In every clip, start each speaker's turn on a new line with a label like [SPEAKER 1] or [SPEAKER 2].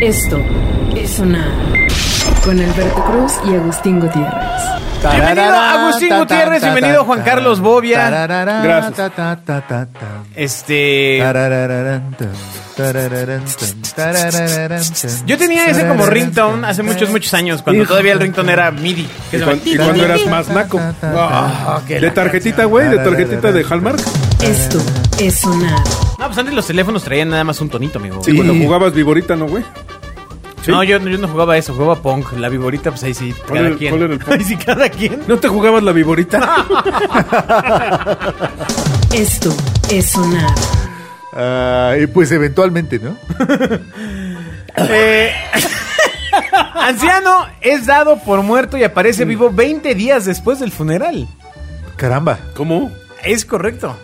[SPEAKER 1] Esto es sonar con Alberto Cruz y Agustín Gutiérrez.
[SPEAKER 2] Bienvenido Agustín
[SPEAKER 3] Tararara, ta,
[SPEAKER 2] Gutiérrez,
[SPEAKER 3] ta,
[SPEAKER 2] bienvenido
[SPEAKER 3] ta,
[SPEAKER 2] Juan
[SPEAKER 3] ta,
[SPEAKER 2] Carlos Bobia.
[SPEAKER 3] tararara,
[SPEAKER 4] Gracias.
[SPEAKER 3] ta, ta, ta, ta, ta.
[SPEAKER 2] Este,
[SPEAKER 3] Tarararán, tan, tarararán, tan, tarararán, tan.
[SPEAKER 2] yo tenía ese como ringtone hace muchos, muchos años, cuando todavía el ringtone era MIDI. que
[SPEAKER 4] Y,
[SPEAKER 2] se
[SPEAKER 4] cuan- y
[SPEAKER 2] llama-
[SPEAKER 4] cuando eras más naco.
[SPEAKER 2] Ah, que
[SPEAKER 4] De
[SPEAKER 2] la-
[SPEAKER 4] tarjetita, güey, de tarjetita de Hallmark.
[SPEAKER 1] Esto es sonar
[SPEAKER 2] No, pues antes los teléfonos traían nada más un tonito, amigo.
[SPEAKER 4] Sí, cuando jugabas Viborita, ¿no, güey? Sí.
[SPEAKER 2] No, yo, yo no jugaba eso, jugaba Pong. La viborita, pues ahí sí,
[SPEAKER 4] ¿Cuál
[SPEAKER 2] cada
[SPEAKER 4] era-
[SPEAKER 2] quien.
[SPEAKER 4] cuál era el Pong?
[SPEAKER 2] Ahí sí, cada quien.
[SPEAKER 4] ¿No te jugabas la Viborita?
[SPEAKER 1] Esto es sonar
[SPEAKER 3] Ah, y pues eventualmente, ¿no?
[SPEAKER 2] Eh, Anciano es dado por muerto y
[SPEAKER 4] Mm.
[SPEAKER 2] aparece vivo 20 días después del funeral.
[SPEAKER 3] Caramba.
[SPEAKER 4] ¿Cómo?
[SPEAKER 2] Es correcto.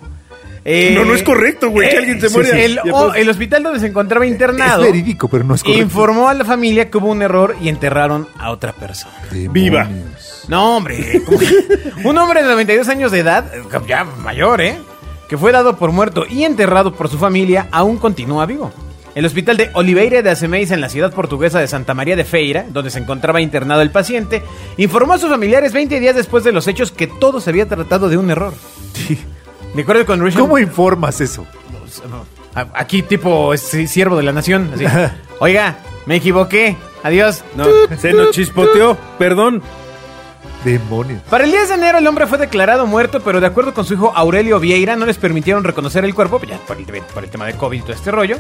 [SPEAKER 2] Eh,
[SPEAKER 4] No, no es correcto, güey, que alguien se
[SPEAKER 2] sí,
[SPEAKER 4] muere.
[SPEAKER 2] sí. El,
[SPEAKER 4] Y
[SPEAKER 2] o-
[SPEAKER 4] entonces-
[SPEAKER 2] el hospital donde se encontraba internado
[SPEAKER 3] Es verídico, pero no es correcto.
[SPEAKER 2] informó a la familia que hubo un error y enterraron a otra persona.
[SPEAKER 3] Demonios.
[SPEAKER 4] Viva.
[SPEAKER 2] No, hombre. ¿cómo que? un hombre de 92 años de edad, eh, ya mayor, ¿eh? Que fue dado por muerto y enterrado por su familia, aún continúa vivo. El hospital de Oliveira de Acemeis en la ciudad portuguesa de Santa María de Feira, donde se encontraba internado el paciente, informó a sus familiares 20 días después de los hechos que todo se había tratado de un error.
[SPEAKER 3] Sí.
[SPEAKER 2] De acuerdo con Richard-
[SPEAKER 3] ¿Cómo informas eso?
[SPEAKER 2] a- Aquí tipo este, siervo de la nación. así. Oiga, me equivoqué. Adiós.
[SPEAKER 4] No, se nos chispoteó. Perdón.
[SPEAKER 3] Demonios.
[SPEAKER 2] Para el 10 de enero el hombre fue declarado muerto, pero de acuerdo con su hijo Aurelio Vieira no les permitieron reconocer el cuerpo, ya por el, por el tema de COVID y todo este rollo.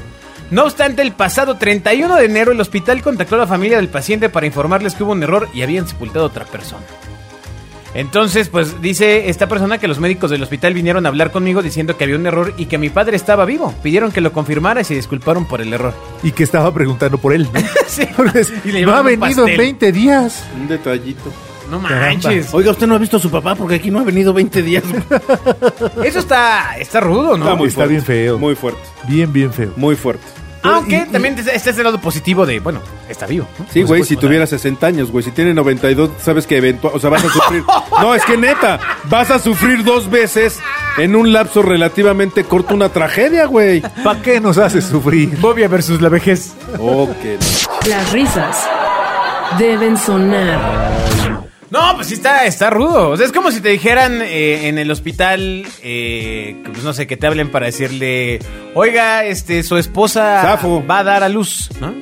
[SPEAKER 2] No obstante, el pasado 31 de enero el hospital contactó a la familia del paciente para informarles que hubo un error y habían sepultado a otra persona. Entonces, pues dice esta persona que los médicos del hospital vinieron a hablar conmigo diciendo que había un error y que mi padre estaba vivo. Pidieron que lo confirmara y se disculparon por el error.
[SPEAKER 3] Y que estaba preguntando por él, ¿no?
[SPEAKER 2] Sí.
[SPEAKER 3] Porque es,
[SPEAKER 2] Y le
[SPEAKER 3] no ha
[SPEAKER 2] llevaron un
[SPEAKER 3] venido
[SPEAKER 2] pastel.
[SPEAKER 3] en 20 días.
[SPEAKER 4] Un detallito.
[SPEAKER 2] No
[SPEAKER 3] Caramba.
[SPEAKER 2] manches.
[SPEAKER 5] Oiga, usted no ha visto a su papá porque aquí no ha venido 20 días.
[SPEAKER 2] Eso está, está rudo, ¿no?
[SPEAKER 3] muy- está bien feo.
[SPEAKER 4] Muy fuerte,
[SPEAKER 3] Bien, bien feo.
[SPEAKER 4] muy fuerte.
[SPEAKER 2] Aunque
[SPEAKER 3] Y- y-
[SPEAKER 2] Ah, también está este lado positivo de, bueno, está vivo. ¿no?
[SPEAKER 4] Sí,
[SPEAKER 2] Por
[SPEAKER 4] güey,
[SPEAKER 2] supuesto,
[SPEAKER 4] si
[SPEAKER 2] o sea,
[SPEAKER 4] tuviera 60 años, güey, si tiene 92, sabes que eventual, o sea, vas a sufrir. No, es que neta, vas a sufrir dos veces en un lapso relativamente corto una tragedia, güey.
[SPEAKER 3] ¿Para qué nos hace sufrir?
[SPEAKER 2] Bobia versus la vejez.
[SPEAKER 4] Ok.
[SPEAKER 1] Las risas deben sonar
[SPEAKER 2] No, pues sí está, está rudo. O sea, es como si te dijeran eh, en el hospital, eh, que, pues no sé, que te hablen para decirle, oiga, este, su esposa
[SPEAKER 4] Zafo.
[SPEAKER 2] va a dar a luz, ¿no?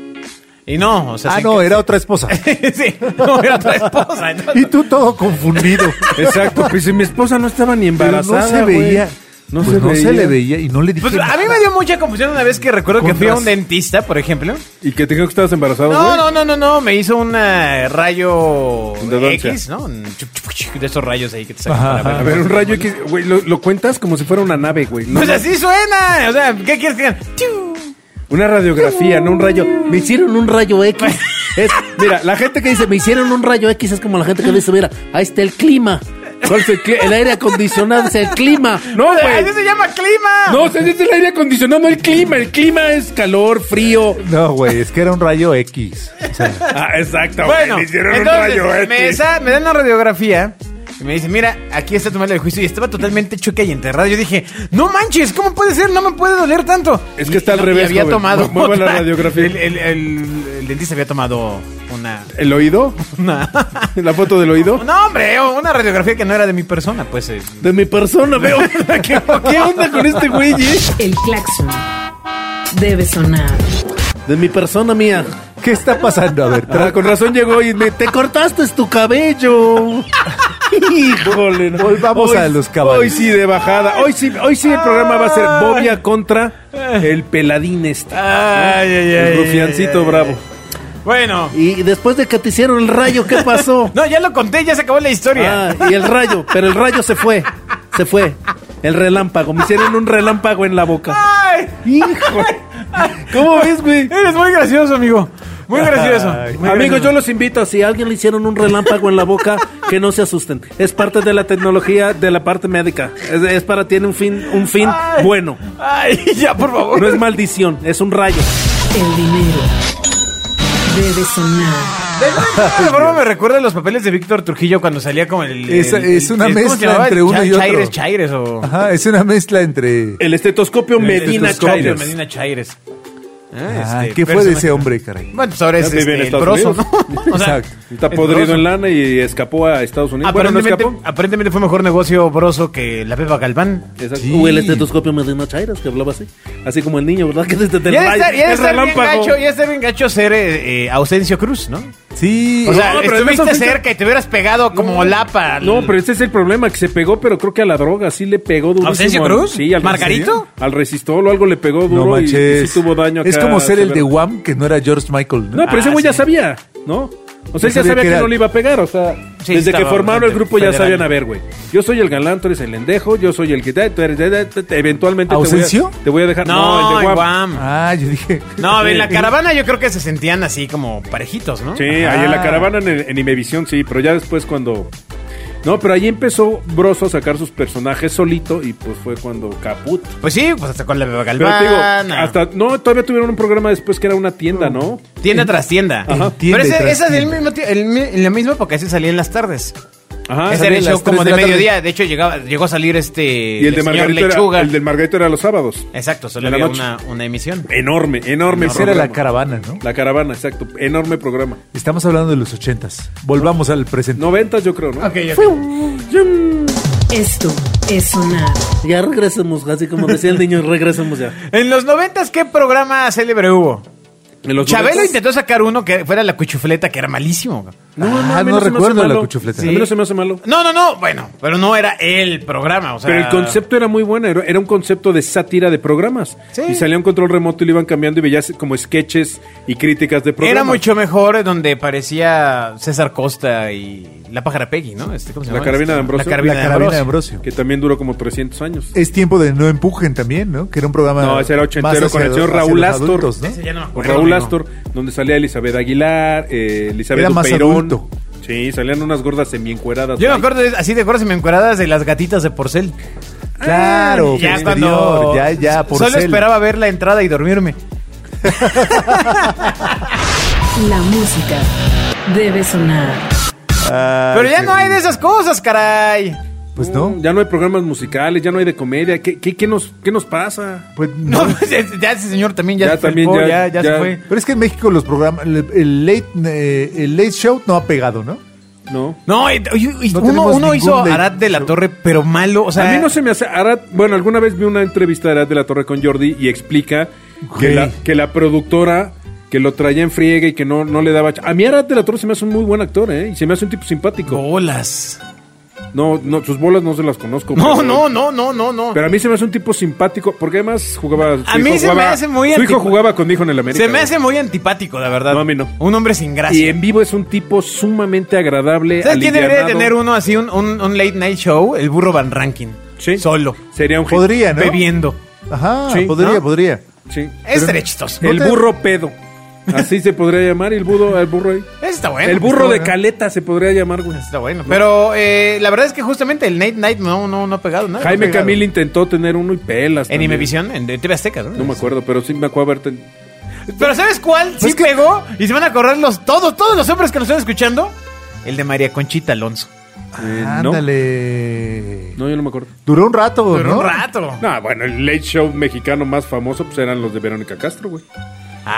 [SPEAKER 2] Y no, o sea...
[SPEAKER 3] Ah,
[SPEAKER 2] se-
[SPEAKER 3] no, era otra esposa.
[SPEAKER 2] sí, no, era tu esposa. entonces-
[SPEAKER 3] Y tú todo confundido.
[SPEAKER 4] Exacto, pues si mi esposa no estaba ni
[SPEAKER 3] Pero
[SPEAKER 4] embarazada,
[SPEAKER 3] no se
[SPEAKER 4] güey.
[SPEAKER 3] veía.
[SPEAKER 4] No,
[SPEAKER 3] Pues
[SPEAKER 4] se,
[SPEAKER 3] no
[SPEAKER 4] veía.
[SPEAKER 3] se le veía y no le dije
[SPEAKER 2] Pues a mí
[SPEAKER 3] nada.
[SPEAKER 2] me dio mucha confusión una vez que recuerdo que fui a un
[SPEAKER 3] Contras.
[SPEAKER 2] dentista, por ejemplo.
[SPEAKER 4] ¿Y que te dijo que estabas embarazado,
[SPEAKER 2] No,
[SPEAKER 4] güey?
[SPEAKER 2] no, no, no, no, me hizo un eh, rayo
[SPEAKER 4] Endodoncia.
[SPEAKER 2] X, ¿no? Un chup, chup, chup, De esos rayos ahí que te sacan.
[SPEAKER 3] Ajá,
[SPEAKER 2] para ver.
[SPEAKER 4] A ver, un rayo X, güey, lo, lo cuentas como si fuera una nave, güey. No,
[SPEAKER 2] Pues
[SPEAKER 4] no,
[SPEAKER 2] así suena, o sea, ¿qué quieres que digan? ¡Tiu!
[SPEAKER 4] Una radiografía, no un rayo.
[SPEAKER 5] Me hicieron un rayo X. Es-
[SPEAKER 4] Mira, la gente que dice,
[SPEAKER 5] me hicieron un rayo X es como la gente que dice, mira, ahí está el clima.
[SPEAKER 4] ¿cuál es el cli-
[SPEAKER 5] El aire acondicionado es el clima.
[SPEAKER 4] No,
[SPEAKER 2] Eh, ¡Así
[SPEAKER 4] güey.
[SPEAKER 2] se llama clima!
[SPEAKER 4] No, se dice el aire acondicionado, no el clima. El clima es calor, frío.
[SPEAKER 3] No, güey, es que era un rayo X. O sea,
[SPEAKER 4] Ah, exacto.
[SPEAKER 2] bueno,
[SPEAKER 4] me hicieron
[SPEAKER 2] entonces,
[SPEAKER 4] un rayo X.
[SPEAKER 2] me, sa- me dan la radiografía y me dicen, mira, aquí está tu madre del juicio y estaba totalmente chueca y enterrada. Yo dije, no manches, ¿cómo puede ser? No me puede doler tanto.
[SPEAKER 4] Es
[SPEAKER 2] Y-
[SPEAKER 4] que
[SPEAKER 2] y
[SPEAKER 4] está
[SPEAKER 2] no-
[SPEAKER 4] al
[SPEAKER 2] y
[SPEAKER 4] revés,
[SPEAKER 2] había
[SPEAKER 4] joven.
[SPEAKER 2] tomado
[SPEAKER 4] Mu- mueva la
[SPEAKER 2] otra-
[SPEAKER 4] radiografía.
[SPEAKER 2] El, el- el- el dentista había tomado una...
[SPEAKER 4] ¿El oído?
[SPEAKER 2] una
[SPEAKER 4] ¿La foto del oído?
[SPEAKER 2] no, hombre, una radiografía que no era de mi persona, pues... eh,
[SPEAKER 4] De mi persona, veo. ¿Qué, qué onda con este güey, eh?
[SPEAKER 1] el claxon debe sonar
[SPEAKER 5] De mi persona mía.
[SPEAKER 3] ¿Qué está pasando? A ver,
[SPEAKER 4] Ah,
[SPEAKER 3] tra-
[SPEAKER 4] con razón llegó y me te
[SPEAKER 5] Te cortaste tu cabello.
[SPEAKER 4] Híjole, no.
[SPEAKER 3] Volvamos a los caballos.
[SPEAKER 4] Hoy sí de bajada. Hoy sí, hoy sí el programa va a ser Bobia contra el peladín este.
[SPEAKER 2] ay, ay, ay,
[SPEAKER 4] El rufiancito
[SPEAKER 2] ay, ay.
[SPEAKER 4] bravo.
[SPEAKER 2] Bueno,
[SPEAKER 5] Y después de que te hicieron el rayo, ¿qué pasó?
[SPEAKER 2] no, ya lo conté, ya se acabó la historia.
[SPEAKER 5] Ah, y el rayo, pero el rayo se fue. Se fue. El relámpago. Me hicieron un relámpago en la boca.
[SPEAKER 2] Ay.
[SPEAKER 5] Hijo.
[SPEAKER 4] ¿Cómo ves, güey?
[SPEAKER 2] Eres muy gracioso, amigo. Muy gracioso.
[SPEAKER 3] Ay,
[SPEAKER 2] Muy
[SPEAKER 5] Amigos,
[SPEAKER 2] gracioso.
[SPEAKER 5] yo los invito, si a alguien le hicieron un relámpago en la boca, que no se asusten. Es parte de la tecnología de la parte médica. Es, es para, tiene un fin, un fin
[SPEAKER 2] Ay.
[SPEAKER 5] bueno.
[SPEAKER 2] Ay, ya, por favor.
[SPEAKER 5] No es maldición, es un rayo.
[SPEAKER 1] el dinero debe sonar
[SPEAKER 2] De alguna forma me recuerda a los papeles de Víctor Trujillo cuando salía como el.
[SPEAKER 3] Es-
[SPEAKER 2] el-
[SPEAKER 3] es una
[SPEAKER 2] ¿cómo se
[SPEAKER 3] mezcla
[SPEAKER 2] llamaba?
[SPEAKER 3] entre uno
[SPEAKER 2] Cha-
[SPEAKER 3] y otro.
[SPEAKER 2] Chaires, Chaires o.
[SPEAKER 3] Ajá, es una mezcla entre.
[SPEAKER 2] Este,
[SPEAKER 5] El estetoscopio
[SPEAKER 4] Medina
[SPEAKER 5] Medina
[SPEAKER 2] Estetoscopio,
[SPEAKER 3] Chaires.
[SPEAKER 5] Chaires.
[SPEAKER 2] Medina Chaires.
[SPEAKER 3] Ah,
[SPEAKER 2] este,
[SPEAKER 3] ¿Qué fue de
[SPEAKER 2] personaje.
[SPEAKER 3] ese hombre, caray?
[SPEAKER 2] Bueno, pues ahora
[SPEAKER 5] Ya
[SPEAKER 2] es
[SPEAKER 5] vive en
[SPEAKER 2] este, el
[SPEAKER 5] Estados
[SPEAKER 2] broso,
[SPEAKER 5] Unidos.
[SPEAKER 2] ¿no? O sea,
[SPEAKER 3] Exacto.
[SPEAKER 5] Está
[SPEAKER 2] el
[SPEAKER 5] podrido
[SPEAKER 2] broso.
[SPEAKER 5] en lana y escapó a
[SPEAKER 4] Ah,
[SPEAKER 5] Estados Unidos. Bueno, no
[SPEAKER 2] Aparentemente,
[SPEAKER 5] escapó.
[SPEAKER 2] aparentemente fue mejor negocio Broso que la Pepa Galván.
[SPEAKER 4] Exacto.
[SPEAKER 3] Sí.
[SPEAKER 4] O el estetoscopio Medina Chairas, que hablaba así. Así como el niño, ¿verdad? Que desde
[SPEAKER 2] Y
[SPEAKER 4] del
[SPEAKER 2] ya debe
[SPEAKER 4] rayo,
[SPEAKER 2] estar, ya debe
[SPEAKER 4] el
[SPEAKER 2] estar bien
[SPEAKER 4] relámpago.
[SPEAKER 2] gacho, ya está bien gacho ser eh, eh, Ausencio Cruz, ¿no?
[SPEAKER 3] Sí.
[SPEAKER 2] O sea,
[SPEAKER 5] No, pero en
[SPEAKER 2] estuviste
[SPEAKER 5] esa fecha-
[SPEAKER 2] cerca y te hubieras pegado como lapa. al-
[SPEAKER 4] No, pero ese es el problema, que se pegó, pero creo que a la droga sí le pegó duro.
[SPEAKER 2] ¿Ausencio Cruz?
[SPEAKER 4] Sí, al
[SPEAKER 2] ¿Margarito?
[SPEAKER 4] Al resistol o algo le pegó duro
[SPEAKER 3] no
[SPEAKER 4] y-
[SPEAKER 3] manches.
[SPEAKER 4] y sí tuvo daño acá
[SPEAKER 3] es como ser el de
[SPEAKER 4] severo.
[SPEAKER 3] Wham que no era George Michael, ¿no?
[SPEAKER 4] No, pero ese
[SPEAKER 2] Ah,
[SPEAKER 4] güey ya
[SPEAKER 2] sí.
[SPEAKER 4] sabía, ¿no? O sea,
[SPEAKER 3] Ya
[SPEAKER 4] él
[SPEAKER 3] sabía
[SPEAKER 4] ya sabía
[SPEAKER 3] que
[SPEAKER 4] que,
[SPEAKER 3] era-
[SPEAKER 4] no le iba a pegar, o sea,
[SPEAKER 2] Sí,
[SPEAKER 4] desde que
[SPEAKER 2] estaba
[SPEAKER 4] formaron el
[SPEAKER 2] bastante
[SPEAKER 4] grupo ya
[SPEAKER 2] federal.
[SPEAKER 4] sabían, a ver, güey, yo soy el galán, tú eres el lendejo, yo soy el que... te- tú eres- te- te- te- Eventualmente te voy,
[SPEAKER 3] ¿Ausencio?
[SPEAKER 4] a, te voy a dejar...
[SPEAKER 2] No,
[SPEAKER 4] el de Guam.
[SPEAKER 2] Guam.
[SPEAKER 3] Ah, yo dije.
[SPEAKER 2] No, a ver, en la caravana yo creo que se sentían así como parejitos, ¿no?
[SPEAKER 4] Sí,
[SPEAKER 3] Ajá.
[SPEAKER 4] ahí en
[SPEAKER 2] Ah.
[SPEAKER 4] la caravana en, en Imevisión, sí, pero ya después cuando... No, pero ahí empezó Broso a sacar sus personajes solito y pues fue cuando caput.
[SPEAKER 2] Pues sí, pues hasta con la Pepa
[SPEAKER 4] Pero
[SPEAKER 2] Galván. ah,
[SPEAKER 4] te digo,
[SPEAKER 2] no.
[SPEAKER 4] hasta... No, todavía tuvieron un programa después que era una tienda, ¿no?
[SPEAKER 2] Tienda tras tienda.
[SPEAKER 3] Ajá.
[SPEAKER 2] Pero ese-
[SPEAKER 3] Tienda
[SPEAKER 2] esa
[SPEAKER 3] tras
[SPEAKER 2] es el
[SPEAKER 3] tienda.
[SPEAKER 2] mismo, ti- el mi- en la misma época sí salía en las tardes.
[SPEAKER 4] Ajá.
[SPEAKER 2] ese era
[SPEAKER 3] salía a
[SPEAKER 2] el
[SPEAKER 3] las
[SPEAKER 2] show como
[SPEAKER 3] tres
[SPEAKER 2] de,
[SPEAKER 3] de la tarde.
[SPEAKER 2] mediodía. De hecho, llegaba, llegó a salir este.
[SPEAKER 5] Y el de
[SPEAKER 2] señor
[SPEAKER 5] Margarito
[SPEAKER 2] Lechuga.
[SPEAKER 5] era, el del Margarito era los sábados.
[SPEAKER 2] Exacto, solo
[SPEAKER 5] de la
[SPEAKER 2] había
[SPEAKER 5] noche.
[SPEAKER 2] una, una emisión.
[SPEAKER 4] Enorme, enorme.
[SPEAKER 3] Ese era la
[SPEAKER 4] programa.
[SPEAKER 3] caravana, ¿no?
[SPEAKER 4] La caravana, exacto. Enorme programa.
[SPEAKER 3] Estamos hablando de los ochentas. Volvamos al presente.
[SPEAKER 4] 90 yo creo, ¿no?
[SPEAKER 1] Esto es sonar.
[SPEAKER 4] Ya regresemos, así como decía el niño, regresemos ya.
[SPEAKER 2] En los noventas, ¿qué programa célebre hubo?
[SPEAKER 4] En los
[SPEAKER 2] Chabelo
[SPEAKER 4] noventas-
[SPEAKER 2] intentó sacar uno que fuera la cuchufleta, que era malísimo.
[SPEAKER 4] No, no,
[SPEAKER 3] Ah,
[SPEAKER 4] a mí
[SPEAKER 3] no
[SPEAKER 4] se me hace
[SPEAKER 3] recuerdo la
[SPEAKER 4] malo.
[SPEAKER 3] cuchufleta.
[SPEAKER 4] A mí no se me hace malo.
[SPEAKER 2] No, no, no, bueno, pero no era el programa, o sea...
[SPEAKER 4] Pero el concepto era muy bueno, era, era un concepto de sátira de programas.
[SPEAKER 2] Sí.
[SPEAKER 4] Y salía un control remoto y lo iban cambiando y veías como sketches y críticas de programas.
[SPEAKER 2] Era mucho mejor donde parecía César Costa y la pájara Peggy, ¿no? Este, ¿cómo se
[SPEAKER 4] La
[SPEAKER 2] llama?
[SPEAKER 4] carabina
[SPEAKER 2] Este,
[SPEAKER 4] de Ambrosio.
[SPEAKER 2] La carabina,
[SPEAKER 3] La
[SPEAKER 2] de,
[SPEAKER 3] carabina de
[SPEAKER 2] Ambrosio.
[SPEAKER 3] Ambrosio.
[SPEAKER 4] Que también duró como 300 años.
[SPEAKER 3] Es tiempo de No Empujen también, ¿no? Que era un programa.
[SPEAKER 4] No, ese era ochentero
[SPEAKER 3] más
[SPEAKER 4] con el
[SPEAKER 3] hacia
[SPEAKER 4] señor
[SPEAKER 3] los-
[SPEAKER 4] Raúl
[SPEAKER 3] hacia los
[SPEAKER 4] Astor.
[SPEAKER 3] adultos, ¿no?
[SPEAKER 2] Ese ya no me
[SPEAKER 4] Con
[SPEAKER 2] acuerdo,
[SPEAKER 4] Raúl
[SPEAKER 2] amigo.
[SPEAKER 4] Astor, donde salía Elizabeth Aguilar, eh, Elizabeth
[SPEAKER 3] Era más
[SPEAKER 4] Dupeirón.
[SPEAKER 3] adulto.
[SPEAKER 4] Sí, salían unas gordas semiencueradas.
[SPEAKER 2] Yo me
[SPEAKER 4] ahí.
[SPEAKER 2] acuerdo, de- así de acuerdo, se me encueradas de las gatitas de porcel.
[SPEAKER 4] Ah,
[SPEAKER 3] Claro,
[SPEAKER 2] ya
[SPEAKER 3] posterior,
[SPEAKER 2] cuando...
[SPEAKER 3] ya, ya, por
[SPEAKER 2] Solo esperaba ver la entrada y dormirme.
[SPEAKER 1] La música debe sonar.
[SPEAKER 2] pero ya no hay de esas cosas, caray.
[SPEAKER 3] Pues no.
[SPEAKER 4] Ya no hay programas musicales, ya no hay de comedia. ¿Qué, qué, qué nos, qué nos pasa?
[SPEAKER 3] Pues
[SPEAKER 2] No,
[SPEAKER 3] no.
[SPEAKER 2] pues, es- ya ese señor también ya,
[SPEAKER 4] Ya
[SPEAKER 2] se
[SPEAKER 4] también,
[SPEAKER 2] felpó, ya,
[SPEAKER 4] ya-
[SPEAKER 2] ya
[SPEAKER 4] ya.
[SPEAKER 2] se fue.
[SPEAKER 3] Pero es que en México los programas. El, el late, eh, el late show no ha pegado, ¿no?
[SPEAKER 4] No.
[SPEAKER 2] No, y- y- y
[SPEAKER 3] No
[SPEAKER 2] uno,
[SPEAKER 3] tenemos
[SPEAKER 2] uno
[SPEAKER 3] ningún
[SPEAKER 2] hizo
[SPEAKER 3] de-
[SPEAKER 2] Arad de la Torre, pero malo. O sea,
[SPEAKER 4] a mí no se me hace. Arad, bueno, alguna vez vi una entrevista de Arad de la Torre con Jordi y explica que
[SPEAKER 3] Güey.
[SPEAKER 4] la, que la productora que lo traía en friega y que no, no le daba. ch- A mí Arad de la Torre se me hace un muy buen actor, ¿eh? Y se me hace un tipo simpático.
[SPEAKER 2] Bolas.
[SPEAKER 4] No, no, sus bolas no se las conozco.
[SPEAKER 2] No,
[SPEAKER 4] pero-
[SPEAKER 2] no, no, no, no, no.
[SPEAKER 4] Pero a mí se me hace un tipo simpático, porque además jugaba. su
[SPEAKER 2] A mí
[SPEAKER 4] hijo
[SPEAKER 2] se me
[SPEAKER 4] jugaba-
[SPEAKER 2] hace muy
[SPEAKER 4] Su hijo
[SPEAKER 2] antipa-
[SPEAKER 4] jugaba con mi hijo en el América.
[SPEAKER 2] se me
[SPEAKER 4] güey.
[SPEAKER 2] hace muy antipático, la verdad.
[SPEAKER 4] No, a mí no.
[SPEAKER 2] Un hombre sin
[SPEAKER 4] Y
[SPEAKER 2] gracia.
[SPEAKER 4] en vivo es un tipo sumamente agradable.
[SPEAKER 2] ¿Sabes quién debería
[SPEAKER 4] alivianado.
[SPEAKER 2] de tener uno así, un, un- un late night show? El burro Van Ranking.
[SPEAKER 4] Sí.
[SPEAKER 2] Solo.
[SPEAKER 4] Sería un hit.
[SPEAKER 3] Podría, ¿no?
[SPEAKER 2] Bebiendo.
[SPEAKER 3] Ajá,
[SPEAKER 4] Sí,
[SPEAKER 3] podría,
[SPEAKER 4] ¿no?
[SPEAKER 3] podría.
[SPEAKER 4] Sí.
[SPEAKER 2] Es chistoso.
[SPEAKER 4] el burro pedo. Así se podría llamar el burro, el burro ahí.
[SPEAKER 2] Ese está bueno. pues,
[SPEAKER 4] El burro de
[SPEAKER 3] bueno.
[SPEAKER 4] caleta se podría llamar, güey.
[SPEAKER 2] Está bueno. Pero eh, la verdad es que justamente el late night no, no, no ha pegado nada. No ha
[SPEAKER 4] Jaime
[SPEAKER 2] pegado.
[SPEAKER 4] Camil intentó tener uno y pelas.
[SPEAKER 2] En
[SPEAKER 4] también.
[SPEAKER 2] Imevisión, en de TV Azteca, ¿no?
[SPEAKER 4] No me acuerdo, pero sí me acuerdo haberte.
[SPEAKER 2] Pero ¿sabes cuál? Sí pegó y se van a correr los, todos, todos los hombres que nos están escuchando. El de María Conchita Alonso.
[SPEAKER 4] Eh, no.
[SPEAKER 3] Ándale.
[SPEAKER 4] No, yo no me acuerdo.
[SPEAKER 3] Duró un rato,
[SPEAKER 2] Pero
[SPEAKER 3] ¿no?
[SPEAKER 2] un rato.
[SPEAKER 4] No, bueno, el late show mexicano más famoso pues eran los de Verónica Castro, güey.